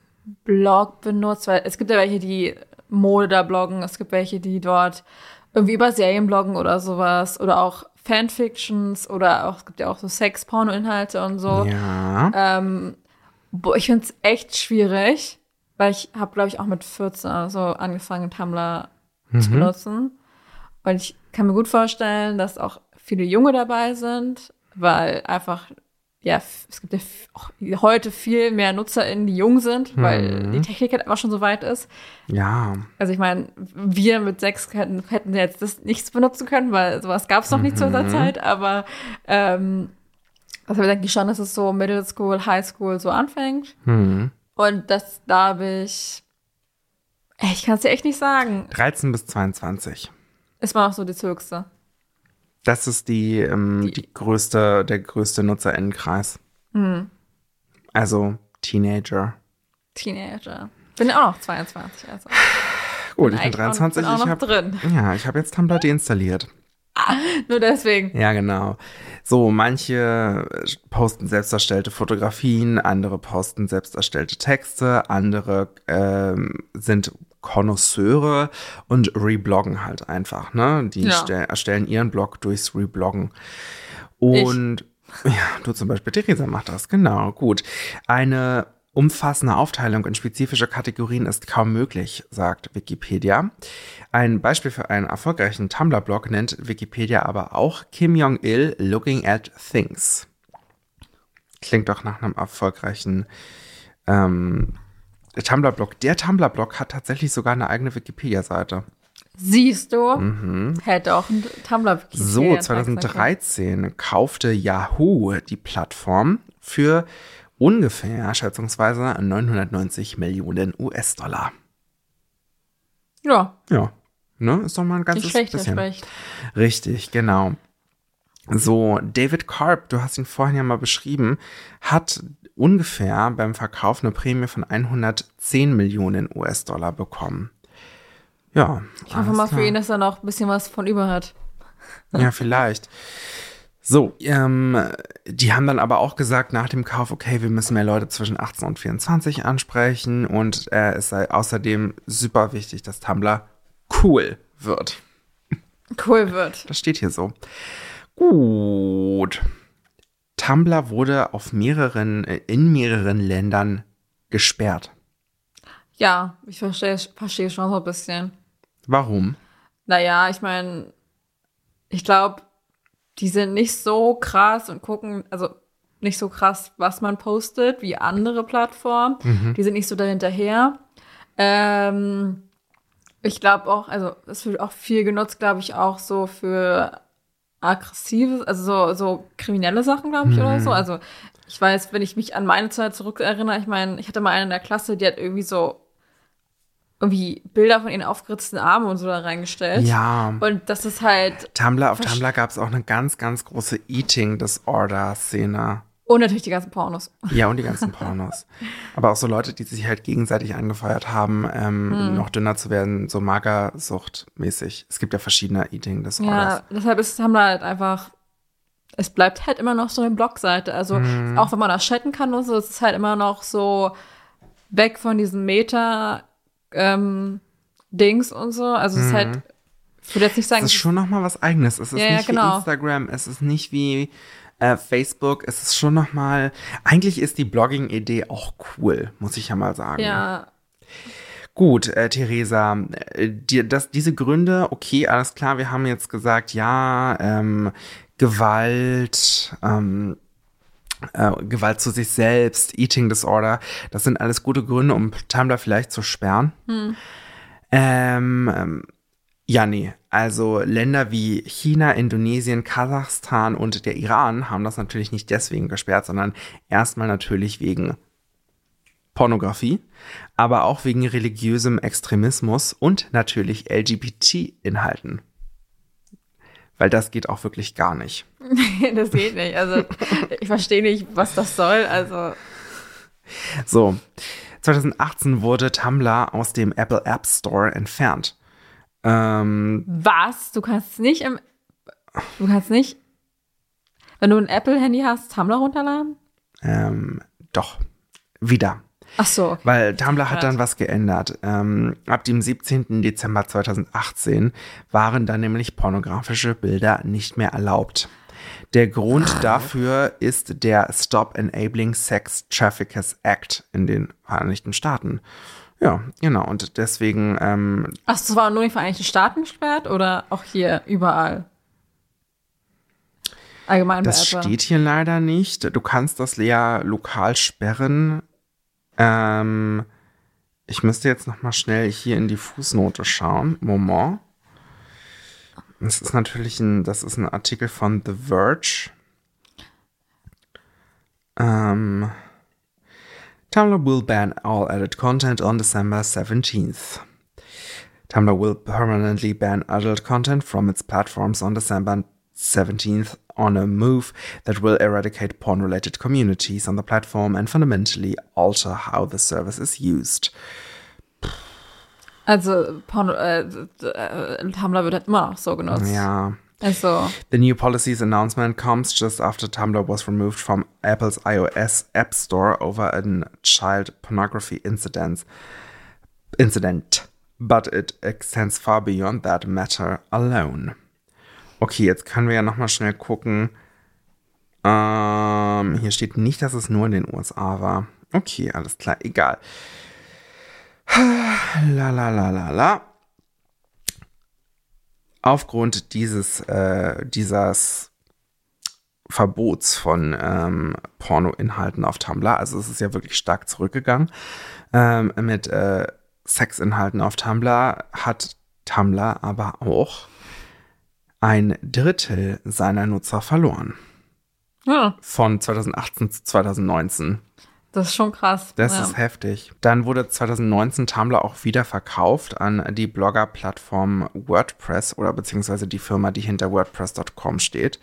Speaker 2: Blog benutzt, weil es gibt ja welche, die Mode da bloggen, es gibt welche, die dort irgendwie über Serien bloggen oder sowas. Oder auch Fanfictions oder auch, es gibt ja auch so Sex-Porno-Inhalte und so.
Speaker 1: Ja.
Speaker 2: Ähm, boah, ich finde es echt schwierig, weil ich habe, glaube ich, auch mit 14 oder so angefangen, Tumblr zu benutzen. Und ich kann mir gut vorstellen, dass auch viele Junge dabei sind, weil einfach ja, f- es gibt ja f- auch heute viel mehr NutzerInnen, die jung sind, weil die Technik halt einfach schon so weit ist.
Speaker 1: Ja.
Speaker 2: Also ich meine, wir mit sechs hätten, hätten jetzt das nichts benutzen können, weil sowas gab es noch nicht zu
Speaker 1: Mhm.
Speaker 2: unserer Zeit, aber ähm, also wir denken schon, dass es so Middle School, High School so anfängt.
Speaker 1: Hm.
Speaker 2: Und das, da habe ich, Ey, ich kann es dir echt nicht sagen,
Speaker 1: 13 bis 22.
Speaker 2: ist man auch so das Höchste.
Speaker 1: Das ist die, ähm, die, größte, der größte Nutzerinnenkreis.
Speaker 2: Hm.
Speaker 1: Also Teenager.
Speaker 2: Teenager. Bin auch noch 22, also.
Speaker 1: Gut, ich bin
Speaker 2: Eigentlich auch-
Speaker 1: 23.
Speaker 2: bin auch
Speaker 1: ich
Speaker 2: noch
Speaker 1: hab,
Speaker 2: drin.
Speaker 1: Ja, ich habe jetzt Tumblr deinstalliert.
Speaker 2: Nur deswegen.
Speaker 1: Ja, genau. So, manche posten selbst erstellte Fotografien, andere posten selbst erstellte Texte, andere ähm, sind Konnoisseure und rebloggen halt einfach, ne? Die
Speaker 2: Ja.
Speaker 1: stell, erstellen ihren Blog durchs Rebloggen. Und ja, du zum Beispiel, Theresa macht das, genau, gut. Eine umfassende Aufteilung in spezifische Kategorien ist kaum möglich, sagt Wikipedia. Ein Beispiel für einen erfolgreichen Tumblr-Blog nennt Wikipedia aber auch Kim Jong-il Looking at Things. Klingt doch nach einem erfolgreichen ähm, Tumblr-Blog. Der Tumblr-Blog hat tatsächlich sogar eine eigene Wikipedia-Seite.
Speaker 2: Siehst du, hätte auch ein Tumblr
Speaker 1: Mhm. So, 2013 kaufte Yahoo die Plattform für ungefähr schätzungsweise 990 Millionen US-Dollar.
Speaker 2: Ja,
Speaker 1: Ja, ne, Also ist doch mal ein ganzes
Speaker 2: nicht schlecht, nicht
Speaker 1: bisschen.
Speaker 2: schlecht.
Speaker 1: Richtig, genau. So, David Karp, du hast ihn vorhin ja mal beschrieben, hat ungefähr beim Verkauf eine Prämie von 110 Millionen US-Dollar bekommen. Ja.
Speaker 2: Ich hoffe
Speaker 1: alles
Speaker 2: mal für
Speaker 1: klar.
Speaker 2: ihn, dass er noch ein bisschen was von über hat.
Speaker 1: Ja, vielleicht. So, ähm, die haben dann aber auch gesagt nach dem Kauf, okay, wir müssen mehr Leute zwischen 18 und 24 ansprechen und äh, es sei außerdem super wichtig, dass Tumblr cool wird.
Speaker 2: Cool wird.
Speaker 1: Das steht hier so. Gut. Tumblr wurde auf mehreren, äh, in mehreren Ländern gesperrt.
Speaker 2: Ja, ich verstehe verstehe schon so ein bisschen.
Speaker 1: Warum?
Speaker 2: Naja, ich meine, ich glaube, die sind nicht so krass und gucken, also nicht so krass, was man postet, wie andere Plattformen. Die sind nicht so dahinterher. Ähm, ich glaube auch, also es wird auch viel genutzt, glaube ich, auch so für aggressives, also so, so kriminelle Sachen, glaube ich, oder so. Also ich weiß, wenn ich mich an meine Zeit zurückerinnere, ich meine, ich hatte mal eine in der Klasse, die hat irgendwie so irgendwie Bilder von ihren aufgeritzten Armen und so da reingestellt.
Speaker 1: Ja.
Speaker 2: Und das ist halt,
Speaker 1: Tumblr, auf
Speaker 2: Verst-
Speaker 1: Tumblr gab es auch eine ganz, ganz große Eating-Disorder-Szene.
Speaker 2: und natürlich die ganzen Pornos.
Speaker 1: Ja, und die ganzen Pornos. Aber auch so Leute, die sich halt gegenseitig angefeuert haben, ähm,
Speaker 2: Hm.
Speaker 1: noch dünner zu werden, so Magersucht-mäßig. Es gibt ja verschiedene Eating Disorders.
Speaker 2: Ja, deshalb ist haben wir halt einfach, es bleibt halt immer noch so eine Blogseite. Also auch wenn man da chatten kann und so, es ist halt immer noch so weg von diesen Meta ähm, Dings und so. Also es ist halt, ich würde jetzt nicht sagen,
Speaker 1: Es ist
Speaker 2: es ist-
Speaker 1: schon noch mal was Eigenes. Es ist
Speaker 2: Ja, ja,
Speaker 1: nicht wie
Speaker 2: genau.
Speaker 1: Instagram, es ist nicht wie äh, Facebook. Es ist schon noch mal. Eigentlich ist die Blogging-Idee auch cool, muss ich ja mal sagen.
Speaker 2: ja,
Speaker 1: Gut, äh, Theresa, äh, die, das, diese Gründe, okay, alles klar, wir haben jetzt gesagt, ja, ähm, Gewalt, ähm, äh, Gewalt zu sich selbst, Eating Disorder, das sind alles gute Gründe, um Tumblr vielleicht zu sperren. Ähm, ähm, ja, nee. Also Länder wie China, Indonesien, Kasachstan und der Iran haben das natürlich nicht deswegen gesperrt, sondern erstmal natürlich wegen Pornografie, aber auch wegen religiösem Extremismus und natürlich LGBT-Inhalten. Weil das geht auch wirklich gar nicht.
Speaker 2: das geht nicht. Also ich verstehe nicht, was das soll. Also
Speaker 1: So, 2018 wurde Tumblr aus dem Apple App Store entfernt. Ähm,
Speaker 2: was? Du kannst nicht im, du kannst nicht, wenn du ein Apple-Handy hast, Tumblr runterladen?
Speaker 1: ähm, doch, wieder.
Speaker 2: Ach so, okay.
Speaker 1: Weil Tumblr hat
Speaker 2: Krass.
Speaker 1: dann was geändert. Ähm, ab dem 17. Dezember 2018 waren dann nämlich pornografische Bilder nicht mehr erlaubt. Der Grund dafür ist der Stop Enabling Sex Traffickers Act in den Vereinigten Staaten. Ja, genau. Und deswegen ähm,
Speaker 2: Ach, das war nur in den Vereinigten Staaten gesperrt oder auch hier überall? Allgemein
Speaker 1: Das
Speaker 2: bei Apple.
Speaker 1: steht hier leider nicht. Du kannst das ja lokal sperren. Ähm, ich müsste jetzt noch mal schnell hier in die Fußnote schauen. Moment. Das ist natürlich ein, das ist ein Artikel von The Verge. Ähm, Tumblr will ban all adult content on December 17th. Tumblr will permanently ban adult content from its platforms on December 17th on a move that will eradicate porn related communities on the platform and fundamentally alter how the service is used.
Speaker 2: Also Porno, äh, äh, Tumblr wird halt immer noch so genutzt.
Speaker 1: Ja.
Speaker 2: Also
Speaker 1: The new policy's announcement comes just after Tumblr was removed from Apple's iOS App Store over a child pornography incident. Incident. But it extends far beyond that matter alone. Okay, jetzt können wir ja nochmal schnell gucken. Ähm, hier steht nicht, dass es nur in den USA war. Okay, alles klar, egal. La la la la la aufgrund dieses, äh, dieses Verbots von ähm, Pornoinhalten auf Tumblr, also es ist ja wirklich stark zurückgegangen, ähm, mit äh, Sexinhalten auf Tumblr, hat Tumblr aber auch ein Drittel seiner Nutzer verloren.
Speaker 2: ja,
Speaker 1: Von 2018 zu 2019.
Speaker 2: das ist schon krass.
Speaker 1: Das
Speaker 2: ja.
Speaker 1: ist halt- heftig. Dann wurde 2019 Tumblr auch wieder verkauft an die Blogger-Plattform WordPress oder beziehungsweise die Firma, die hinter WordPress.com steht.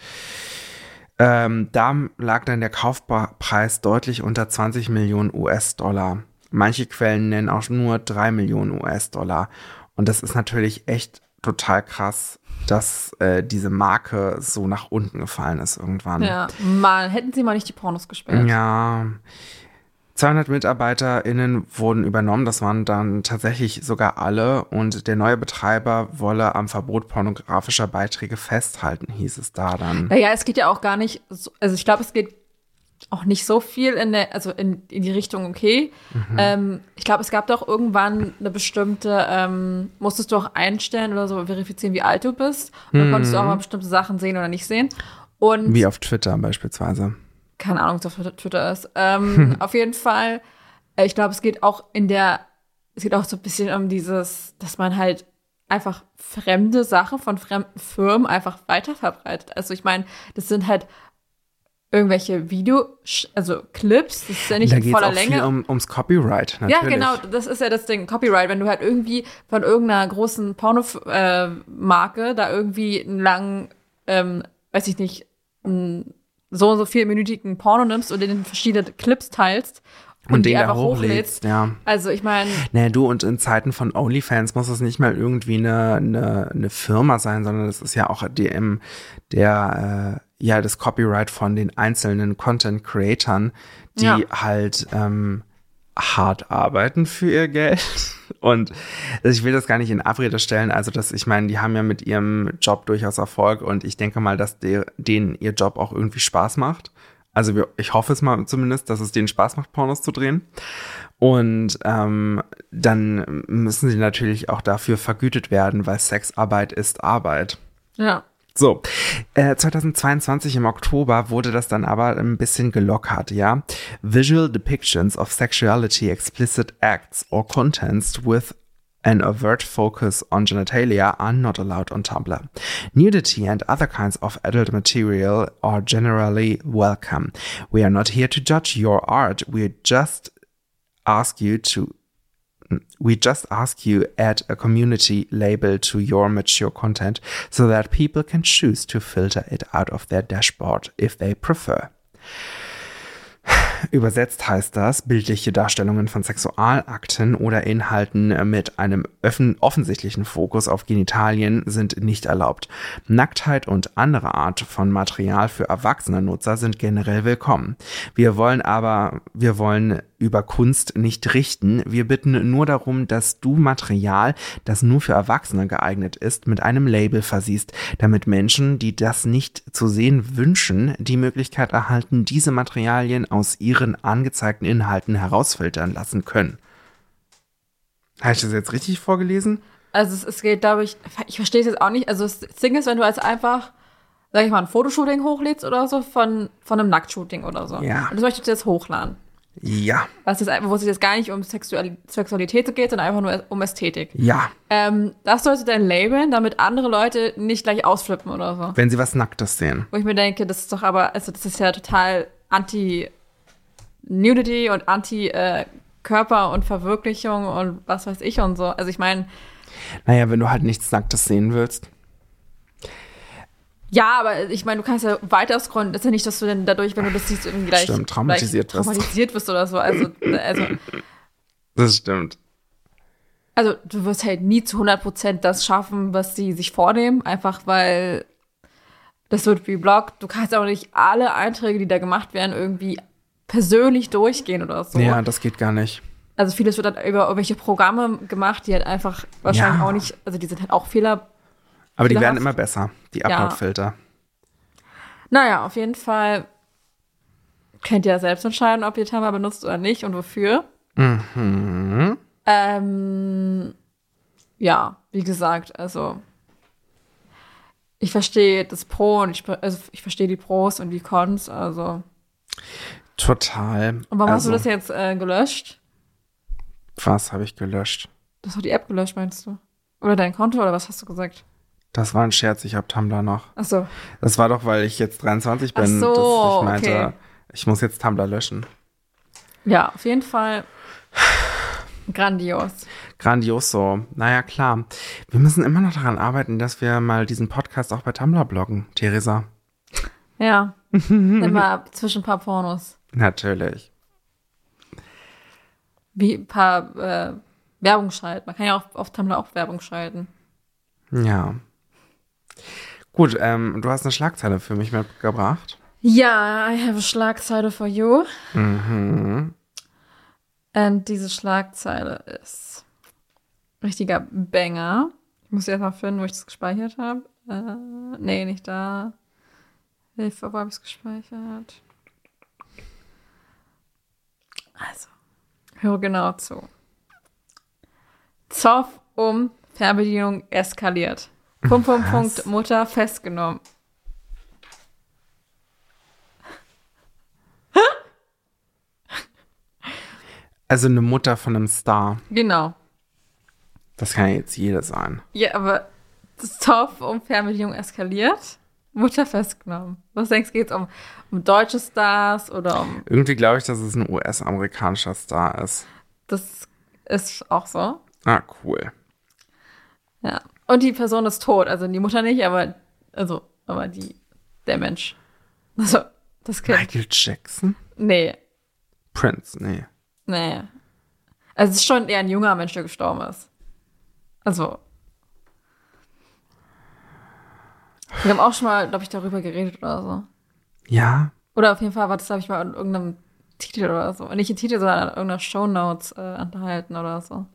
Speaker 1: Ähm, da lag dann der Kaufpreis deutlich unter 20 Millionen US-Dollar. Manche Quellen nennen auch nur 3 Millionen US-Dollar. Und das ist natürlich echt total krass, dass äh, diese Marke so nach unten gefallen ist irgendwann.
Speaker 2: ja, mal hätten sie mal nicht die Pornos gesperrt.
Speaker 1: Ja. 200 MitarbeiterInnen wurden übernommen, das waren dann tatsächlich sogar alle und der neue Betreiber wolle am Verbot pornografischer Beiträge festhalten, hieß es da dann.
Speaker 2: Naja, es geht ja auch gar nicht, so, also ich glaube, es geht auch nicht so viel in der, also in, in die Richtung, okay. Ähm, ich glaube, es gab doch irgendwann eine bestimmte, ähm, musstest du auch einstellen oder so verifizieren, wie alt du bist. Und dann konntest du auch mal bestimmte Sachen sehen oder nicht sehen. Und
Speaker 1: Wie auf Twitter beispielsweise.
Speaker 2: keine Ahnung, was auf Twitter ist. Ähm, auf jeden Fall, äh, ich glaube, es geht auch in der, es geht auch so ein bisschen um dieses, dass man halt einfach fremde Sachen von fremden Firmen einfach weiterverbreitet. Also ich meine, das sind halt irgendwelche Video, also Clips, das ist ja nicht
Speaker 1: da
Speaker 2: in
Speaker 1: geht es
Speaker 2: voller
Speaker 1: auch viel
Speaker 2: Länge.
Speaker 1: um, ums Copyright,
Speaker 2: ja,
Speaker 1: natürlich.
Speaker 2: genau, das ist ja das Ding, Copyright, wenn du halt irgendwie von irgendeiner großen Porno-Marke da irgendwie einen langen, ähm, weiß ich nicht, einen so und so vierminütigen Porno nimmst und den in verschiedene Clips teilst und,
Speaker 1: Und
Speaker 2: die
Speaker 1: den da
Speaker 2: einfach
Speaker 1: hochlädst,
Speaker 2: hochlädst.
Speaker 1: ja.
Speaker 2: Also ich meine,
Speaker 1: Naja, du, und in Zeiten von OnlyFans muss es nicht mal irgendwie eine, eine, eine Firma sein, sondern das ist ja auch die, im, der, äh, ja, das Copyright von den einzelnen Content-Creatern, die
Speaker 2: Ja.
Speaker 1: halt ähm, hart arbeiten für ihr Geld. Und also ich will das gar nicht in Abrede stellen. Also, dass ich meine, die haben ja mit ihrem Job durchaus Erfolg und ich denke mal, dass der, denen ihr Job auch irgendwie Spaß macht. Also, wir, ich hoffe es mal zumindest, dass es denen Spaß macht, Pornos zu drehen. Und ähm, dann müssen sie natürlich auch dafür vergütet werden, weil Sexarbeit ist Arbeit.
Speaker 2: ja,
Speaker 1: So, äh, 2022 im Oktober wurde das dann aber ein bisschen gelockert, ja. Visual depictions of sexuality, explicit acts or contents with an overt focus on genitalia are not allowed on Tumblr. Nudity and other kinds of adult material are generally welcome. We are not here to judge your art. We just ask you to we just ask you add a community label to your mature content so that people can choose to filter it out of their dashboard if they prefer. Übersetzt heißt das bildliche Darstellungen von Sexualakten oder Inhalten mit einem öffn- offensichtlichen Fokus auf Genitalien sind nicht erlaubt. Nacktheit und andere Art von Material für erwachsene Nutzer sind generell willkommen. Wir wollen aber, wir wollen über Kunst nicht richten. Wir bitten nur darum, dass du Material, das nur für Erwachsene geeignet ist, mit einem Label versiehst, damit Menschen, die das nicht zu sehen wünschen, die Möglichkeit erhalten, diese Materialien aus ihren angezeigten Inhalten herausfiltern lassen können. Habe ich das jetzt richtig vorgelesen?
Speaker 2: also es, es geht, glaube ich, ich verstehe es jetzt auch nicht, also das Ding ist, wenn du als einfach sag ich mal, ein Fotoshooting hochlädst oder so von, von einem Nacktshooting oder so.
Speaker 1: Ja.
Speaker 2: Und das möchtest du jetzt hochladen.
Speaker 1: Ja,
Speaker 2: Was jetzt, wo es jetzt gar nicht um Sexual Sexualität geht, sondern einfach nur um Ästhetik.
Speaker 1: ja.
Speaker 2: Ähm, das sollst du dann labeln, damit andere Leute nicht gleich ausflippen oder so.
Speaker 1: Wenn sie was Nacktes sehen.
Speaker 2: Wo ich mir denke, das ist doch aber, also das ist ja total anti-Nudity und anti-Körper und Verwirklichung und was weiß ich und so. Also ich meine,
Speaker 1: Naja, wenn du halt nichts Nacktes sehen willst.
Speaker 2: ja, aber ich meine, du kannst ja weiter scrollen. Das ist ja nicht, dass du dann dadurch, wenn du das siehst, irgendwie gleich,
Speaker 1: Stimmt, traumatisiert
Speaker 2: gleich
Speaker 1: wirst.
Speaker 2: traumatisiert wirst oder so. Also, also,
Speaker 1: Das stimmt.
Speaker 2: also du wirst halt nie zu 100% das schaffen, was sie sich vornehmen, einfach weil das wird geblockt. Du kannst auch nicht alle Einträge, die da gemacht werden, irgendwie persönlich durchgehen oder so.
Speaker 1: Ja, das geht gar nicht.
Speaker 2: Also vieles wird dann über irgendwelche Programme gemacht, die halt einfach wahrscheinlich
Speaker 1: Ja.
Speaker 2: auch nicht, also die sind halt auch Fehler.
Speaker 1: Aber die werden
Speaker 2: Fehlerhaft.
Speaker 1: immer besser, die
Speaker 2: Ja.
Speaker 1: Upload-Filter.
Speaker 2: Naja, auf jeden Fall könnt ihr ja selbst entscheiden, ob ihr Timer benutzt oder nicht und wofür.
Speaker 1: Mhm.
Speaker 2: Ähm, ja, wie gesagt, also ich verstehe das Pro und ich, also ich verstehe die Pros und die Cons, also.
Speaker 1: Total.
Speaker 2: Und warum hast
Speaker 1: also,
Speaker 2: du das jetzt äh, gelöscht?
Speaker 1: Was habe ich gelöscht?
Speaker 2: Das hat die App gelöscht, meinst du? Oder dein Konto oder was hast du gesagt?
Speaker 1: Das war ein Scherz, ich hab Tumblr noch.
Speaker 2: Ach so.
Speaker 1: Das war doch, weil ich jetzt 23 bin,
Speaker 2: Ach so,
Speaker 1: dass ich meinte,
Speaker 2: okay.
Speaker 1: ich muss jetzt Tumblr löschen.
Speaker 2: Ja, auf jeden Fall grandios.
Speaker 1: Grandioso. Naja, klar. Wir müssen immer noch daran arbeiten, dass wir mal diesen Podcast auch bei Tumblr bloggen, Theresa.
Speaker 2: Ja. Immer zwischen ein paar Pornos.
Speaker 1: Natürlich.
Speaker 2: Wie ein paar äh, Werbung schalten. Man kann ja auch auf Tumblr auch Werbung schalten.
Speaker 1: Ja. Gut, ähm, du hast eine Schlagzeile für mich mitgebracht.
Speaker 2: Ja, I have a Schlagzeile for you.
Speaker 1: Mhm.
Speaker 2: Und diese Schlagzeile ist richtiger Banger. Ich muss sie erst mal finden, wo ich das gespeichert habe. Äh, nee, nicht da. Hilfe, wo habe ich es gespeichert? Also, höre genau zu. Zoff um Fernbedienung eskaliert. Punkt, Punkt, Punkt, Mutter festgenommen.
Speaker 1: Also eine Mutter von einem Star.
Speaker 2: Genau.
Speaker 1: Das kann ja jetzt jeder sein.
Speaker 2: Ja, aber das Zoff um Fernbedienung eskaliert, Mutter festgenommen. Was denkst du, geht's um, um deutsche Stars oder um
Speaker 1: Irgendwie glaube ich, dass es ein US-amerikanischer Star ist.
Speaker 2: das ist auch so?
Speaker 1: Ah, cool.
Speaker 2: Ja. Und die Person ist tot, also die Mutter nicht, aber also, aber die der Mensch. Also, das Kind.
Speaker 1: Michael Jackson?
Speaker 2: Nee,
Speaker 1: Prince, nee.
Speaker 2: nee. Also es ist schon eher ein junger Mensch, der gestorben ist. Also. Wir haben auch schon mal, glaube ich, darüber geredet oder so.
Speaker 1: Ja,
Speaker 2: Oder auf jeden Fall war das, glaube ich, mal in irgendeinem Titel oder so. Und Nicht in Titel, sondern in irgendeiner Shownotes äh, enthalten oder so.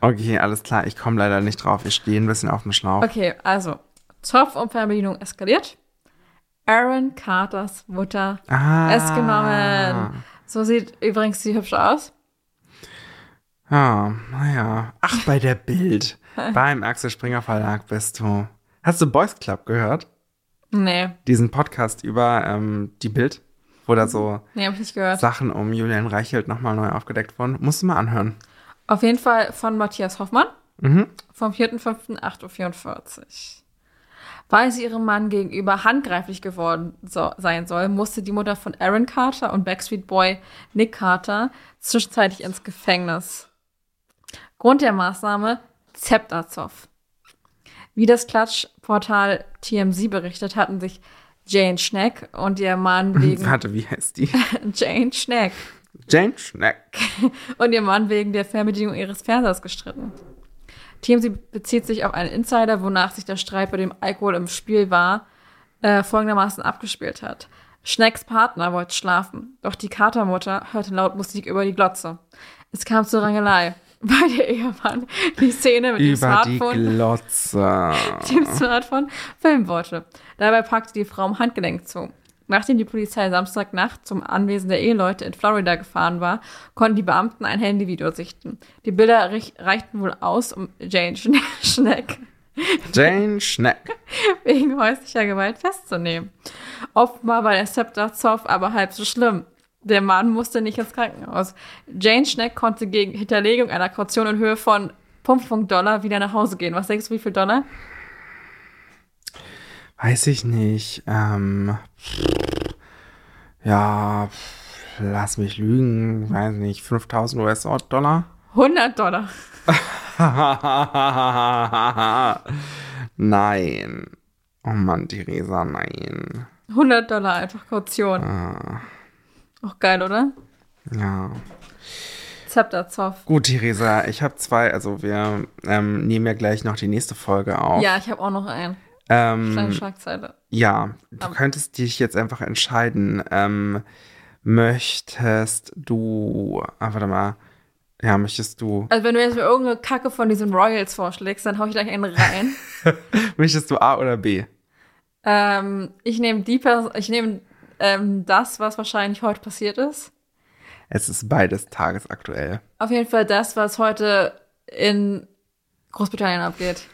Speaker 1: okay, alles klar. Ich komme leider nicht drauf. Ich stehe ein bisschen auf dem Schlauch.
Speaker 2: Okay, also. Zoff und Fernbedienung eskaliert. Aaron Carters Mutter
Speaker 1: Ah.
Speaker 2: festgenommen. So sieht übrigens die hübsch aus.
Speaker 1: Ja, naja. Ach, bei der Bild. Beim Axel Springer Verlag bist du. Hast du Boys Club gehört?
Speaker 2: Nee,
Speaker 1: Diesen Podcast über ähm, die Bild, wo da so
Speaker 2: nee, hab ich nicht gehört.
Speaker 1: Sachen um Julian Reichelt nochmal neu aufgedeckt wurden. Musst du mal anhören.
Speaker 2: Auf jeden Fall von Matthias Hoffmann.
Speaker 1: Mhm.
Speaker 2: Vom 4.5.8.44 Uhr. Weil sie ihrem Mann gegenüber handgreiflich geworden so sein soll, musste die Mutter von Aaron Carter und Backstreet Boy Nick Carter zwischenzeitlich ins Gefängnis. Grund der Maßnahme Zeptazow. Wie das Klatschportal TMZ berichtet, hatten sich Jane Schneck und ihr Mann wegen
Speaker 1: Warte, wie heißt die?
Speaker 2: Jane Schneck
Speaker 1: Jane Schneck.
Speaker 2: und ihr Mann wegen der Fernbedienung ihres Fernsehers gestritten. TMZ bezieht sich auf einen Insider, wonach sich der Streit bei dem Alkohol im Spiel war, äh, folgendermaßen abgespielt hat. Schnecks Partner wollte schlafen, doch die Katermutter hörte laut Musik über die Glotze. Es kam zur Rangelei, weil der Ehemann die Szene mit dem
Speaker 1: Über die
Speaker 2: Smartphone
Speaker 1: Glotze.
Speaker 2: dem Smartphone filmen wollte. Dabei packte die Frau am Handgelenk zu. Nachdem die Polizei Samstagnacht zum Anwesen der Eheleute in Florida gefahren war, konnten die Beamten ein Handyvideo sichten. Die Bilder rich- reichten wohl aus, um Jane Schne- Schneck
Speaker 1: Jane Schneck.
Speaker 2: wegen häuslicher Gewalt festzunehmen. Offenbar war der Septazow aber halb so schlimm. Der Mann musste nicht ins Krankenhaus. Jane Schneck konnte gegen Hinterlegung einer Kaution in Höhe von Punkt, Punkt Dollar wieder nach Hause gehen. Was denkst du, wie viel Dollar?
Speaker 1: Weiß ich nicht. Ähm, pff, ja, pff, lass mich lügen. Weiß nicht, 5000 US-Dollar?
Speaker 2: 100 Dollar.
Speaker 1: nein. Oh Mann, Theresa, nein.
Speaker 2: 100 Dollar einfach Kaution. Ah. Auch geil, oder?
Speaker 1: Ja.
Speaker 2: Zepterzoff.
Speaker 1: Gut, Theresa, ich habe zwei, also wir ähm, nehmen ja gleich noch die nächste Folge auf.
Speaker 2: Ja, ich habe auch Hm. noch einen. Kleine
Speaker 1: ähm,
Speaker 2: Schlagzeile.
Speaker 1: ja du
Speaker 2: Aber-
Speaker 1: könntest dich jetzt einfach entscheiden. Ähm, möchtest du, ah, warte mal, ja, möchtest du,
Speaker 2: Also wenn du jetzt mir irgendeine Kacke von diesen Royals vorschlägst, dann hau ich gleich einen rein.
Speaker 1: möchtest du A oder B?
Speaker 2: ähm, ich nehme die Person, ich nehme ähm, das, was wahrscheinlich heute passiert ist.
Speaker 1: Es ist beides tagesaktuell.
Speaker 2: Auf jeden Fall das, was heute in Großbritannien abgeht.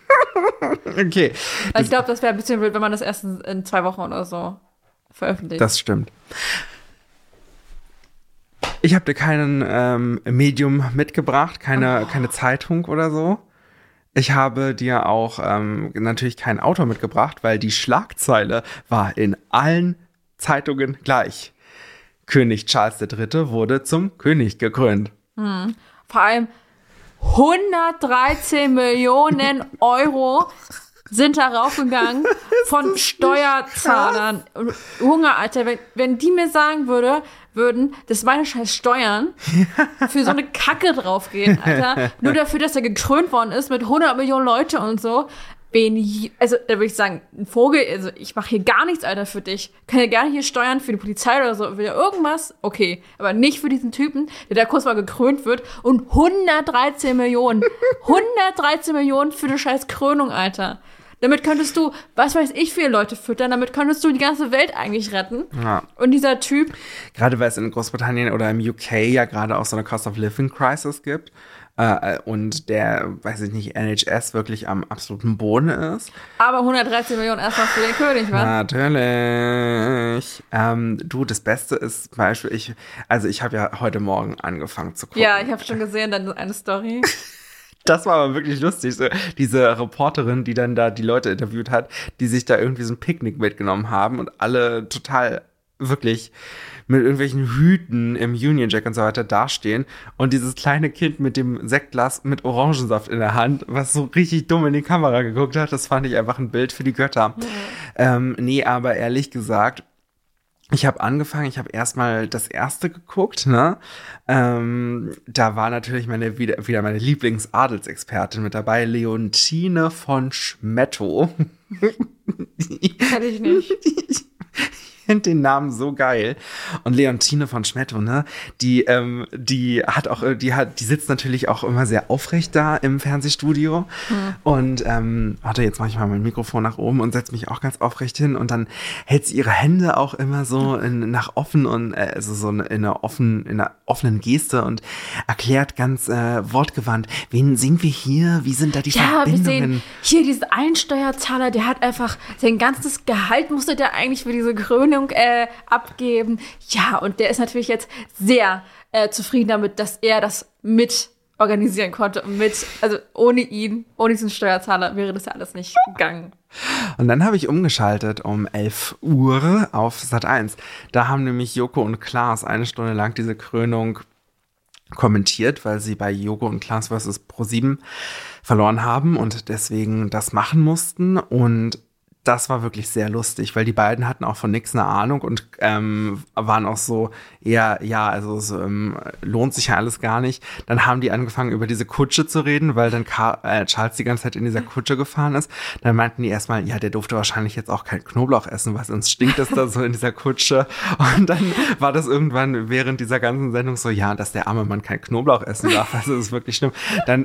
Speaker 1: Okay,
Speaker 2: Also ich glaube, das wäre ein bisschen wild, wenn man das erst in, in zwei Wochen oder so veröffentlicht.
Speaker 1: das stimmt. Ich habe dir keinen ähm, Medium mitgebracht, keine, keine Zeitung oder so. Ich habe dir auch ähm, natürlich keinen Autor mitgebracht, weil die Schlagzeile war in allen Zeitungen gleich. König Charles III. wurde zum König gekrönt.
Speaker 2: Vor allem 113 Millionen Euro sind darauf gegangen von Steuerzahlern. Und Hunger, Alter, wenn, wenn die mir sagen würde, würden, dass meine scheiß Steuern für so eine Kacke draufgehen, Alter. Nur dafür, dass er gekrönt worden ist mit 100 Millionen Leute und so. Bin ich, also da würde ich sagen, ein Vogel, also ich mache hier gar nichts, Alter, für dich. Kann ja gerne hier steuern für die Polizei oder so, wieder irgendwas, okay. Aber nicht für diesen Typen, der da kurz mal gekrönt wird und 113 Millionen. 113 Millionen für eine scheiß Krönung, Alter. Damit könntest du, was weiß ich, viele Leute füttern, damit könntest du die ganze Welt eigentlich retten.
Speaker 1: Ja.
Speaker 2: Und dieser Typ,
Speaker 1: Gerade weil es in Großbritannien oder im UK ja gerade auch so eine Cost of Living Crisis gibt äh, und der, weiß ich nicht, NHS wirklich am absoluten Boden ist.
Speaker 2: aber 113 Millionen erstmal für den König, was?
Speaker 1: Natürlich. Ähm, du, das Beste ist zum Beispiel, ich, also ich habe ja heute Morgen angefangen zu gucken.
Speaker 2: Ja, ich habe schon gesehen, dann eine Story.
Speaker 1: Das war aber wirklich lustig. So, diese Reporterin, die dann da die Leute interviewt hat, die sich da irgendwie so ein Picknick mitgenommen haben und alle total wirklich mit irgendwelchen Hüten im Union Jack und so weiter dastehen und dieses kleine Kind mit dem Sektglas mit Orangensaft in der Hand, was so richtig dumm in die Kamera geguckt hat, das fand ich einfach ein Bild für die Götter. Ähm, nee, aber ehrlich gesagt, ich habe angefangen, ich habe erstmal das erste geguckt, ne? Ähm, da war natürlich meine wieder, wieder meine Lieblingsadelsexpertin mit dabei, Leontine von Schmetto.
Speaker 2: Hätte ich nicht.
Speaker 1: finde den Namen so geil. Und Leontine von Schmetto, ne? Die, ähm, die hat auch, äh, die hat, die sitzt natürlich auch immer sehr aufrecht da im Fernsehstudio.
Speaker 2: Hm.
Speaker 1: Und ähm, warte, jetzt mache ich mal mein Mikrofon nach oben und setze mich auch ganz aufrecht hin. Und dann hält sie ihre Hände auch immer so in, nach offen und äh, also so in einer offenen, in einer offenen Geste und erklärt ganz äh, wortgewandt, wen sind wir hier? Wie sind da die
Speaker 2: Ja, wir
Speaker 1: Verbindungen?
Speaker 2: sehen hier diesen einen Steuerzahler, der hat einfach sein ganzes Gehalt musste der eigentlich für diese Krönung äh, abgeben. Ja, und der ist natürlich jetzt sehr äh, zufrieden damit, dass er das mit organisieren konnte und mit, also ohne ihn, ohne diesen Steuerzahler wäre das ja alles nicht gegangen.
Speaker 1: Und dann habe ich umgeschaltet um 11 Uhr auf Sat 1. Da haben nämlich Joko und Klaas eine Stunde lang diese Krönung kommentiert, weil sie bei Joko und Klaas vs. Pro7 verloren haben und deswegen das machen mussten. Und das war wirklich sehr lustig, weil die beiden hatten auch von nichts eine Ahnung und ähm, waren auch so, ja, ja, also es ähm, lohnt sich ja alles gar nicht. Dann haben die angefangen, über diese Kutsche zu reden, weil dann Karl, äh, Charles die ganze Zeit in dieser Kutsche gefahren ist. Dann meinten die erstmal, ja, der durfte wahrscheinlich jetzt auch kein Knoblauch essen, was uns stinkt das da so in dieser Kutsche. Und dann war das irgendwann während dieser ganzen Sendung so, ja, dass der arme Mann kein Knoblauch essen darf. Also das ist wirklich schlimm. Dann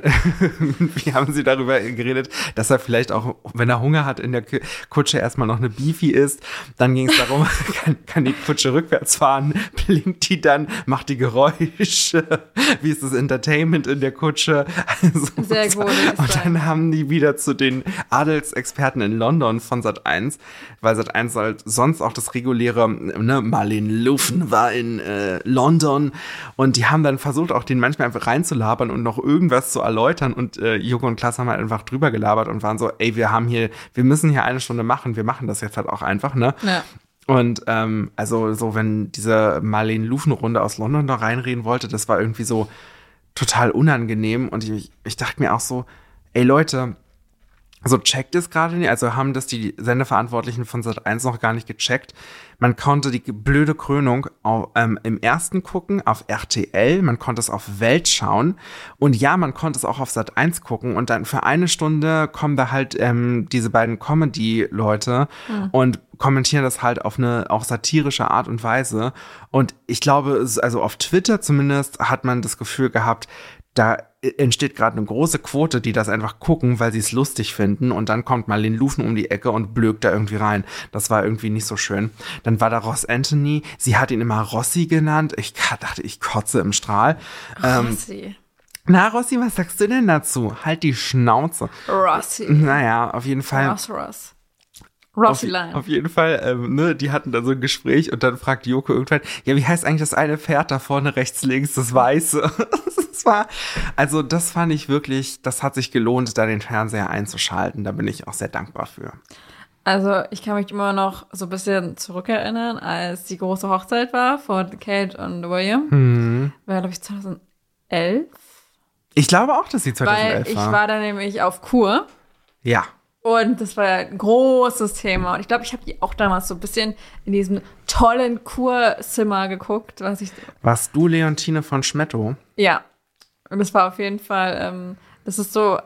Speaker 1: wie haben sie darüber geredet, dass er vielleicht auch, wenn er Hunger hat, in der Kü- Kutsche erstmal noch eine Beefy ist. Dann ging es darum, kann, kann die Kutsche rückwärts fahren? Blinkt die dann? Macht die Geräusche? Wie ist das Entertainment in der Kutsche? Also,
Speaker 2: Sehr gut, das
Speaker 1: Und
Speaker 2: ist
Speaker 1: dann haben die wieder zu den Adelsexperten in London von Sat1, weil Sat1 halt sonst auch das reguläre, ne, Marlene Lufen war in äh, London und die haben dann versucht, auch den manchmal einfach reinzulabern und noch irgendwas zu erläutern und äh, Joko und Klaas haben halt einfach drüber gelabert und waren so, ey, wir haben hier, wir müssen hier eine Stunde machen, wir machen das jetzt halt auch einfach, ne?
Speaker 2: Ja.
Speaker 1: Und ähm, also so, wenn diese Marlene Lufen-Runde aus London da reinreden wollte, das war irgendwie so total unangenehm. Und ich, ich dachte mir auch so, ey Leute, so checkt es gerade nicht. Also haben das die Sendeverantwortlichen von Sat1 noch gar nicht gecheckt. Man konnte die blöde Krönung auf, ähm, im ersten gucken, auf RTL, man konnte es auf Welt schauen. Und ja, man konnte es auch auf Sat1 gucken. Und dann für eine Stunde kommen da halt ähm, diese beiden Comedy-Leute und kommentieren das halt auf eine auch satirische Art und Weise. Und ich glaube, es- also auf Twitter zumindest hat man das Gefühl gehabt, da entsteht gerade eine große Quote, die das einfach gucken, weil sie es lustig finden. Und dann kommt Marlene Lufen um die Ecke und blökt da irgendwie rein. Das war irgendwie nicht so schön. Dann war da Ross Anthony. Sie hat ihn immer Rossi genannt. Ich ka- dachte, ich kotze im Strahl. Ähm,
Speaker 2: Rossi.
Speaker 1: na, Rossi, was sagst du denn dazu? Halt die Schnauze.
Speaker 2: Rossi.
Speaker 1: Naja, auf jeden Fall.
Speaker 2: Ross, Ross. Rossi
Speaker 1: mhm. Auf,
Speaker 2: Line.
Speaker 1: auf jeden Fall, ähm, ne, die hatten da so ein Gespräch und dann fragt Joko irgendwann, ja, wie heißt eigentlich das eine Pferd da vorne rechts, links, das Weiße? das war, also das fand ich wirklich, das hat sich gelohnt, da den Fernseher einzuschalten. Da bin ich auch sehr dankbar für.
Speaker 2: Also ich kann mich immer noch so ein bisschen zurückerinnern, als die große Hochzeit war von Kate und William. War, glaube ich, 2011.
Speaker 1: Ich glaube auch, dass sie
Speaker 2: Weil
Speaker 1: 2011
Speaker 2: ich
Speaker 1: war.
Speaker 2: war da nämlich auf Kur
Speaker 1: Ja.
Speaker 2: und das war ja ein großes Thema. Und ich glaube, ich habe die auch damals so ein bisschen in diesem tollen Kurzimmer geguckt, was ich.
Speaker 1: Warst du Leontine von Schmetto?
Speaker 2: Ja. Und das war auf jeden Fall, ähm, das ist so,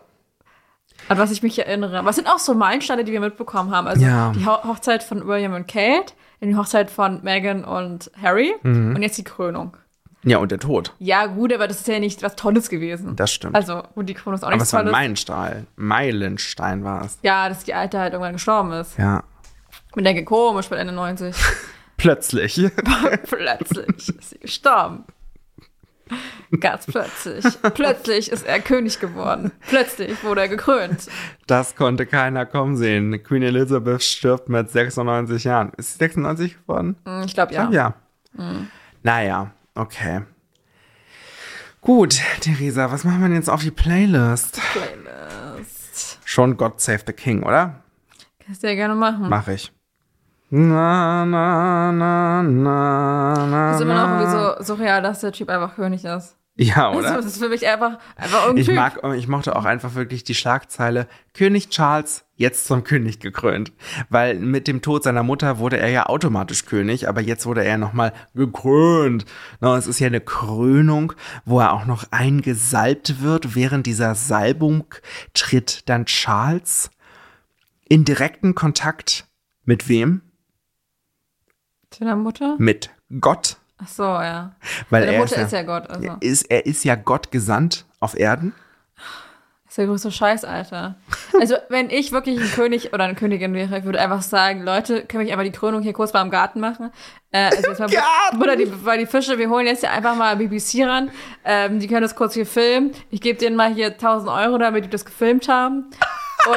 Speaker 2: an was ich mich erinnere. Was sind auch so Meilensteine, die wir mitbekommen haben? Also
Speaker 1: Ja.
Speaker 2: die Ho Hochzeit von William und Kate, die Hochzeit von Meghan und Harry
Speaker 1: Mhm.
Speaker 2: und jetzt die Krönung.
Speaker 1: Ja, und der Tod.
Speaker 2: Ja, gut, aber das ist ja nicht was Tolles gewesen.
Speaker 1: Das stimmt.
Speaker 2: Also, und die Krönung ist auch
Speaker 1: Aber
Speaker 2: nichts
Speaker 1: es war ein
Speaker 2: Tolles.
Speaker 1: Meilenstein. Meilenstein war es.
Speaker 2: Ja, dass die Alte halt irgendwann gestorben ist.
Speaker 1: Ja.
Speaker 2: Ich denke, komisch, mit Ende 90.
Speaker 1: Plötzlich.
Speaker 2: plötzlich ist sie gestorben. Ganz plötzlich. Plötzlich ist er König geworden. Plötzlich wurde er gekrönt.
Speaker 1: Das konnte keiner kommen sehen. Queen Elizabeth stirbt mit 96 Jahren. Ist sie 96 geworden?
Speaker 2: Hm, Ich glaube,
Speaker 1: Ja.
Speaker 2: ja. Mhm.
Speaker 1: ja. Naja, okay. Gut, Theresa, was machen wir denn jetzt auf die Playlist?
Speaker 2: Playlist.
Speaker 1: Schon God Save the King, oder?
Speaker 2: Kannst du ja gerne machen.
Speaker 1: Mach ich. Na, na, na, na, na.
Speaker 2: Das ist immer noch
Speaker 1: na.
Speaker 2: irgendwie so surreal, dass der Typ einfach König ist.
Speaker 1: Ja,
Speaker 2: Also,
Speaker 1: oder?
Speaker 2: das ist für mich einfach, einfach irgendwie.
Speaker 1: Ich mag, oh, ich mochte auch einfach wirklich die Schlagzeile König Charles jetzt zum König gekrönt, weil mit dem Tod seiner Mutter wurde er ja automatisch König, aber jetzt wurde er nochmal gekrönt. Na, es ist ja eine Krönung, wo er auch noch eingesalbt wird. Während dieser Salbung tritt dann Charles in direkten Kontakt mit wem?
Speaker 2: Zu deiner Mutter?
Speaker 1: Mit Gott,
Speaker 2: Ach so, ja.
Speaker 1: Hm. weil
Speaker 2: Deine
Speaker 1: er
Speaker 2: Mutter
Speaker 1: ist, ja,
Speaker 2: Gott. Also.
Speaker 1: ist er ist ja Gott gesandt auf Erden.
Speaker 2: Ist der größte Scheiß, Alter. Also, wenn ich wirklich ein König oder eine Königin wäre, ich würde einfach sagen, Leute, können wir nicht einfach die Krönung hier kurz mal im Garten machen? Äh, also jetzt mal,
Speaker 1: Garten!
Speaker 2: Bruder, die, weil die Fische, wir holen jetzt hier einfach mal BBC ran. Ähm, die können das kurz hier filmen. Ich gebe denen mal hier 1000 Euro, damit die das gefilmt haben.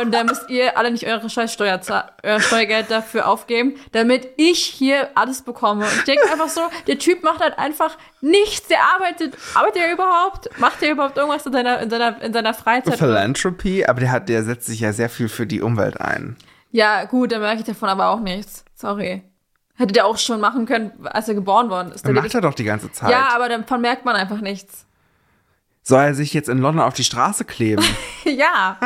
Speaker 2: Und dann müsst ihr alle nicht eure Scheißsteuer, za- euer Steuergeld dafür aufgeben, damit ich hier alles bekomme. Und ich denke einfach so, der Typ macht halt einfach nichts. Der arbeitet, arbeitet er überhaupt? Macht er überhaupt irgendwas in seiner, in seiner, in seiner Freizeit?
Speaker 1: Philanthropy, aber der hat, der setzt sich ja sehr viel für die Umwelt ein.
Speaker 2: Ja, gut, da merke ich davon aber auch nichts. Sorry. Hätte der auch schon machen können, als er geboren worden ist.
Speaker 1: Dann
Speaker 2: Der
Speaker 1: macht
Speaker 2: lebt-
Speaker 1: er halt. doch die ganze Zeit.
Speaker 2: ja, aber davon merkt man einfach nichts.
Speaker 1: Soll er sich jetzt in London auf die Straße kleben?
Speaker 2: ja.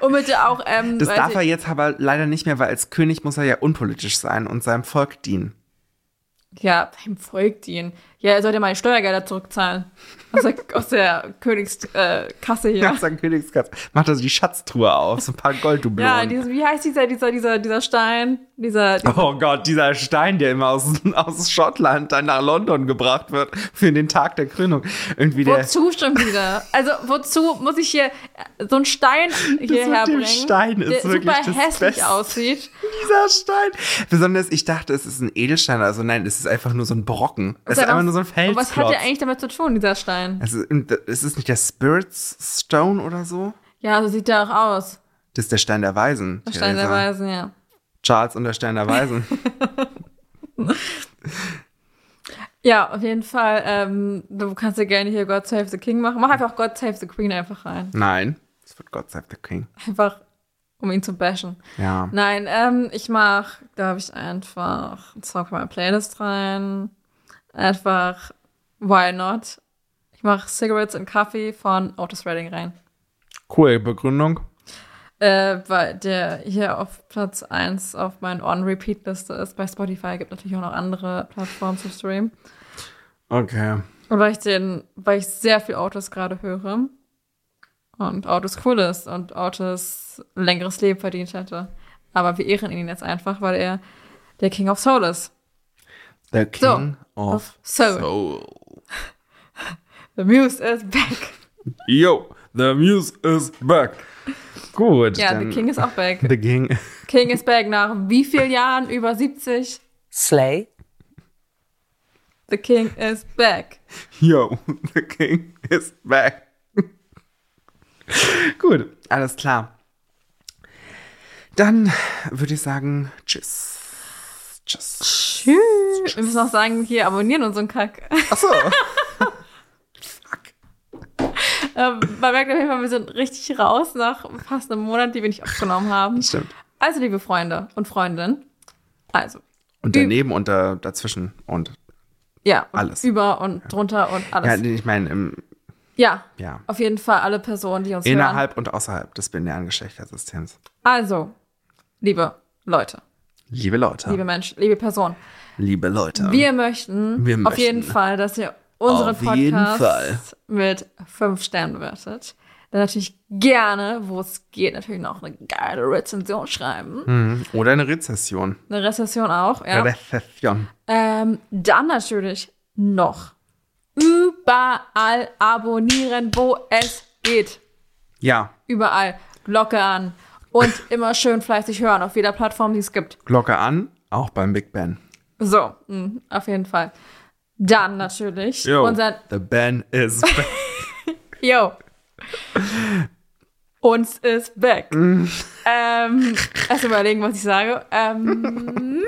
Speaker 2: Und bitte auch, ähm,
Speaker 1: Das
Speaker 2: weiß
Speaker 1: darf
Speaker 2: ich-
Speaker 1: er jetzt aber leider nicht mehr, weil als König muss er ja unpolitisch sein und seinem Volk dienen.
Speaker 2: ja, beim Volk dienen. ja, er soll ja meine Steuergelder zurückzahlen. Aus der, aus der Königskasse äh, Kasse hier.
Speaker 1: Ja. Das ist ein Königskatz. Macht also die Schatztruhe auf, so ein paar Golddublonen.
Speaker 2: Ja, dieses, wie heißt dieser, dieser, dieser, dieser Stein? Dieser, dieser
Speaker 1: Oh Gott, dieser Stein, der immer aus, aus Schottland dann nach London gebracht wird für den Tag der Krönung. Irgendwie der
Speaker 2: wozu schon wieder? Also, wozu muss ich hier so einen Stein hierher
Speaker 1: mit dem
Speaker 2: bringen?
Speaker 1: Stein ist
Speaker 2: der
Speaker 1: wirklich
Speaker 2: super
Speaker 1: das
Speaker 2: hässlich
Speaker 1: Beste.
Speaker 2: aussieht.
Speaker 1: dieser Stein. Besonders ich dachte, es ist ein Edelstein, also nein, es ist einfach nur so ein Brocken. Es ist
Speaker 2: Sag mal,
Speaker 1: einfach nur so ein
Speaker 2: Und Also was hat
Speaker 1: Felsklotz.
Speaker 2: der eigentlich damit zu tun, dieser Stein?
Speaker 1: Also ist es nicht der Spirit's Stone oder so?
Speaker 2: Ja, so sieht der auch aus.
Speaker 1: Das ist der Stein der Weisen.
Speaker 2: Der Stein der
Speaker 1: Theresa.
Speaker 2: Weisen, ja.
Speaker 1: Charles und der Stein der Weisen.
Speaker 2: Ja, auf jeden Fall. Ähm, du kannst ja gerne hier God Save the King machen. Mach einfach God Save the Queen einfach rein.
Speaker 1: Nein, es wird God Save the King.
Speaker 2: Einfach, um ihn zu bashen.
Speaker 1: Ja.
Speaker 2: Nein, ähm, ich mach, glaube ich, einfach einen Song von meiner Playlist rein. Einfach Why Not? Ich mach Cigarettes and Coffee von Otis Redding rein.
Speaker 1: Cool, Begründung.
Speaker 2: Äh, weil der hier auf Platz 1 auf meinen On-Repeat-Liste ist. Bei Spotify gibt natürlich auch noch andere Plattformen zu streamen.
Speaker 1: Okay.
Speaker 2: Und weil ich den, weil ich sehr viel Autos gerade höre und Autos cool ist und Autos ein längeres Leben verdient hätte. Aber wir ehren ihn jetzt einfach, weil er der King of Soul ist.
Speaker 1: The King of
Speaker 2: of Soul.
Speaker 1: Soul.
Speaker 2: The Muse is back.
Speaker 1: Yo, the muse is back. Gut.
Speaker 2: Ja,
Speaker 1: dann-
Speaker 2: The King ist auch back.
Speaker 1: The King.
Speaker 2: King ist back nach wie vielen Jahren? Über 70?
Speaker 3: Slay.
Speaker 2: The King is back.
Speaker 1: Yo, the King is back. Gut, alles klar. Dann würde ich sagen, tschüss. Tschüss.
Speaker 2: Tschüss. Wir müssen auch sagen, hier abonnieren unseren Kack.
Speaker 1: Achso.
Speaker 2: Ähm, Man merkt auf jeden Fall, wir sind richtig raus nach fast einem Monat, die wir nicht aufgenommen haben.
Speaker 1: Stimmt.
Speaker 2: Also, liebe Freunde und Freundinnen, also,
Speaker 1: Und daneben und da, dazwischen und.
Speaker 2: ja, und
Speaker 1: Alles.
Speaker 2: über und drunter und
Speaker 1: Ja,
Speaker 2: alles. Ja,
Speaker 1: nee, ich meine, im- ja.
Speaker 2: auf jeden Fall alle Personen, die uns hören.
Speaker 1: Innerhalb und außerhalb des binären Geschlechtersystems.
Speaker 2: Also, liebe Leute,
Speaker 1: Liebe Leute.
Speaker 2: liebe Menschen, liebe Personen,
Speaker 1: liebe Leute.
Speaker 2: wir möchten
Speaker 1: Wir
Speaker 2: auf jeden
Speaker 1: möchten.
Speaker 2: Fall, dass ihr unseren
Speaker 1: Auf jeden Fall.
Speaker 2: Podcast mit fünf Sternen bewertet. Dann natürlich gerne, wo es geht, natürlich noch eine geile Rezension schreiben.
Speaker 1: Hm. Oder eine Rezession.
Speaker 2: Eine Rezession auch, ja.
Speaker 1: Rezession.
Speaker 2: Ähm, dann natürlich noch überall abonnieren, wo es geht.
Speaker 1: Ja,
Speaker 2: Überall. Glocke an. Und immer schön fleißig hören auf jeder Plattform, die es gibt.
Speaker 1: Glocke an, auch beim Big Ben.
Speaker 2: So, mh, auf jeden Fall. Dann natürlich unseren
Speaker 1: the Ben is back.
Speaker 2: Yo. Uns ist back.
Speaker 1: Mm.
Speaker 2: ähm, erst überlegen, was ich sage. Ähm,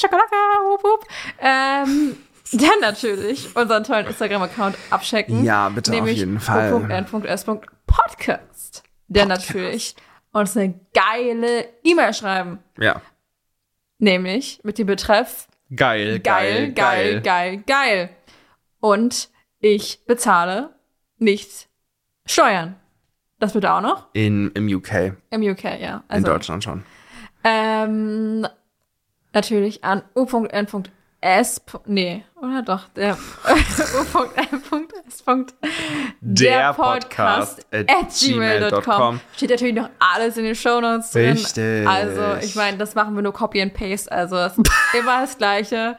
Speaker 2: Schokolade, hup, hup. Ähm, dann natürlich unseren tollen Instagram-Account abchecken.
Speaker 1: Ja, bitte, auf
Speaker 2: nämlich
Speaker 1: jeden Fall.
Speaker 2: .n.s.podcast. Der natürlich uns eine geile E-Mail schreiben.
Speaker 1: ja.
Speaker 2: Nämlich mit dem Betreff
Speaker 1: Geil,
Speaker 2: geil, geil, geil, geil. Und ich bezahle nicht Steuern. Das bitte auch noch
Speaker 1: In, Im UK,
Speaker 2: im UK, ja.
Speaker 1: in
Speaker 2: Also,
Speaker 1: Deutschland schon.
Speaker 2: ähm, natürlich an u.n.s. Nee, oder doch, der u.n.s.
Speaker 1: Der Podcast at gmail.com.
Speaker 2: Steht natürlich noch alles in den Shownotes drin.
Speaker 1: Richtig.
Speaker 2: Also, ich meine, das machen wir nur Copy and Paste. Also, es ist immer das Gleiche.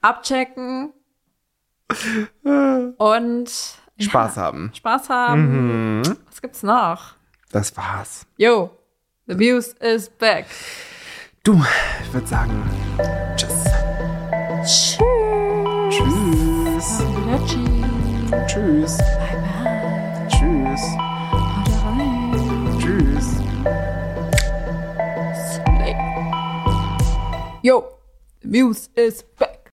Speaker 2: Abchecken. Und
Speaker 1: Spaß haben.
Speaker 2: Spaß
Speaker 1: Mhm.
Speaker 2: haben. Was gibt's noch?
Speaker 1: Das war's.
Speaker 2: Yo, the muse is back.
Speaker 1: Du, ich würde sagen, tschüss. Tschüss. Tschüss. Tschüss. Tschüss. Tschüss.
Speaker 2: Yo, the muse is back.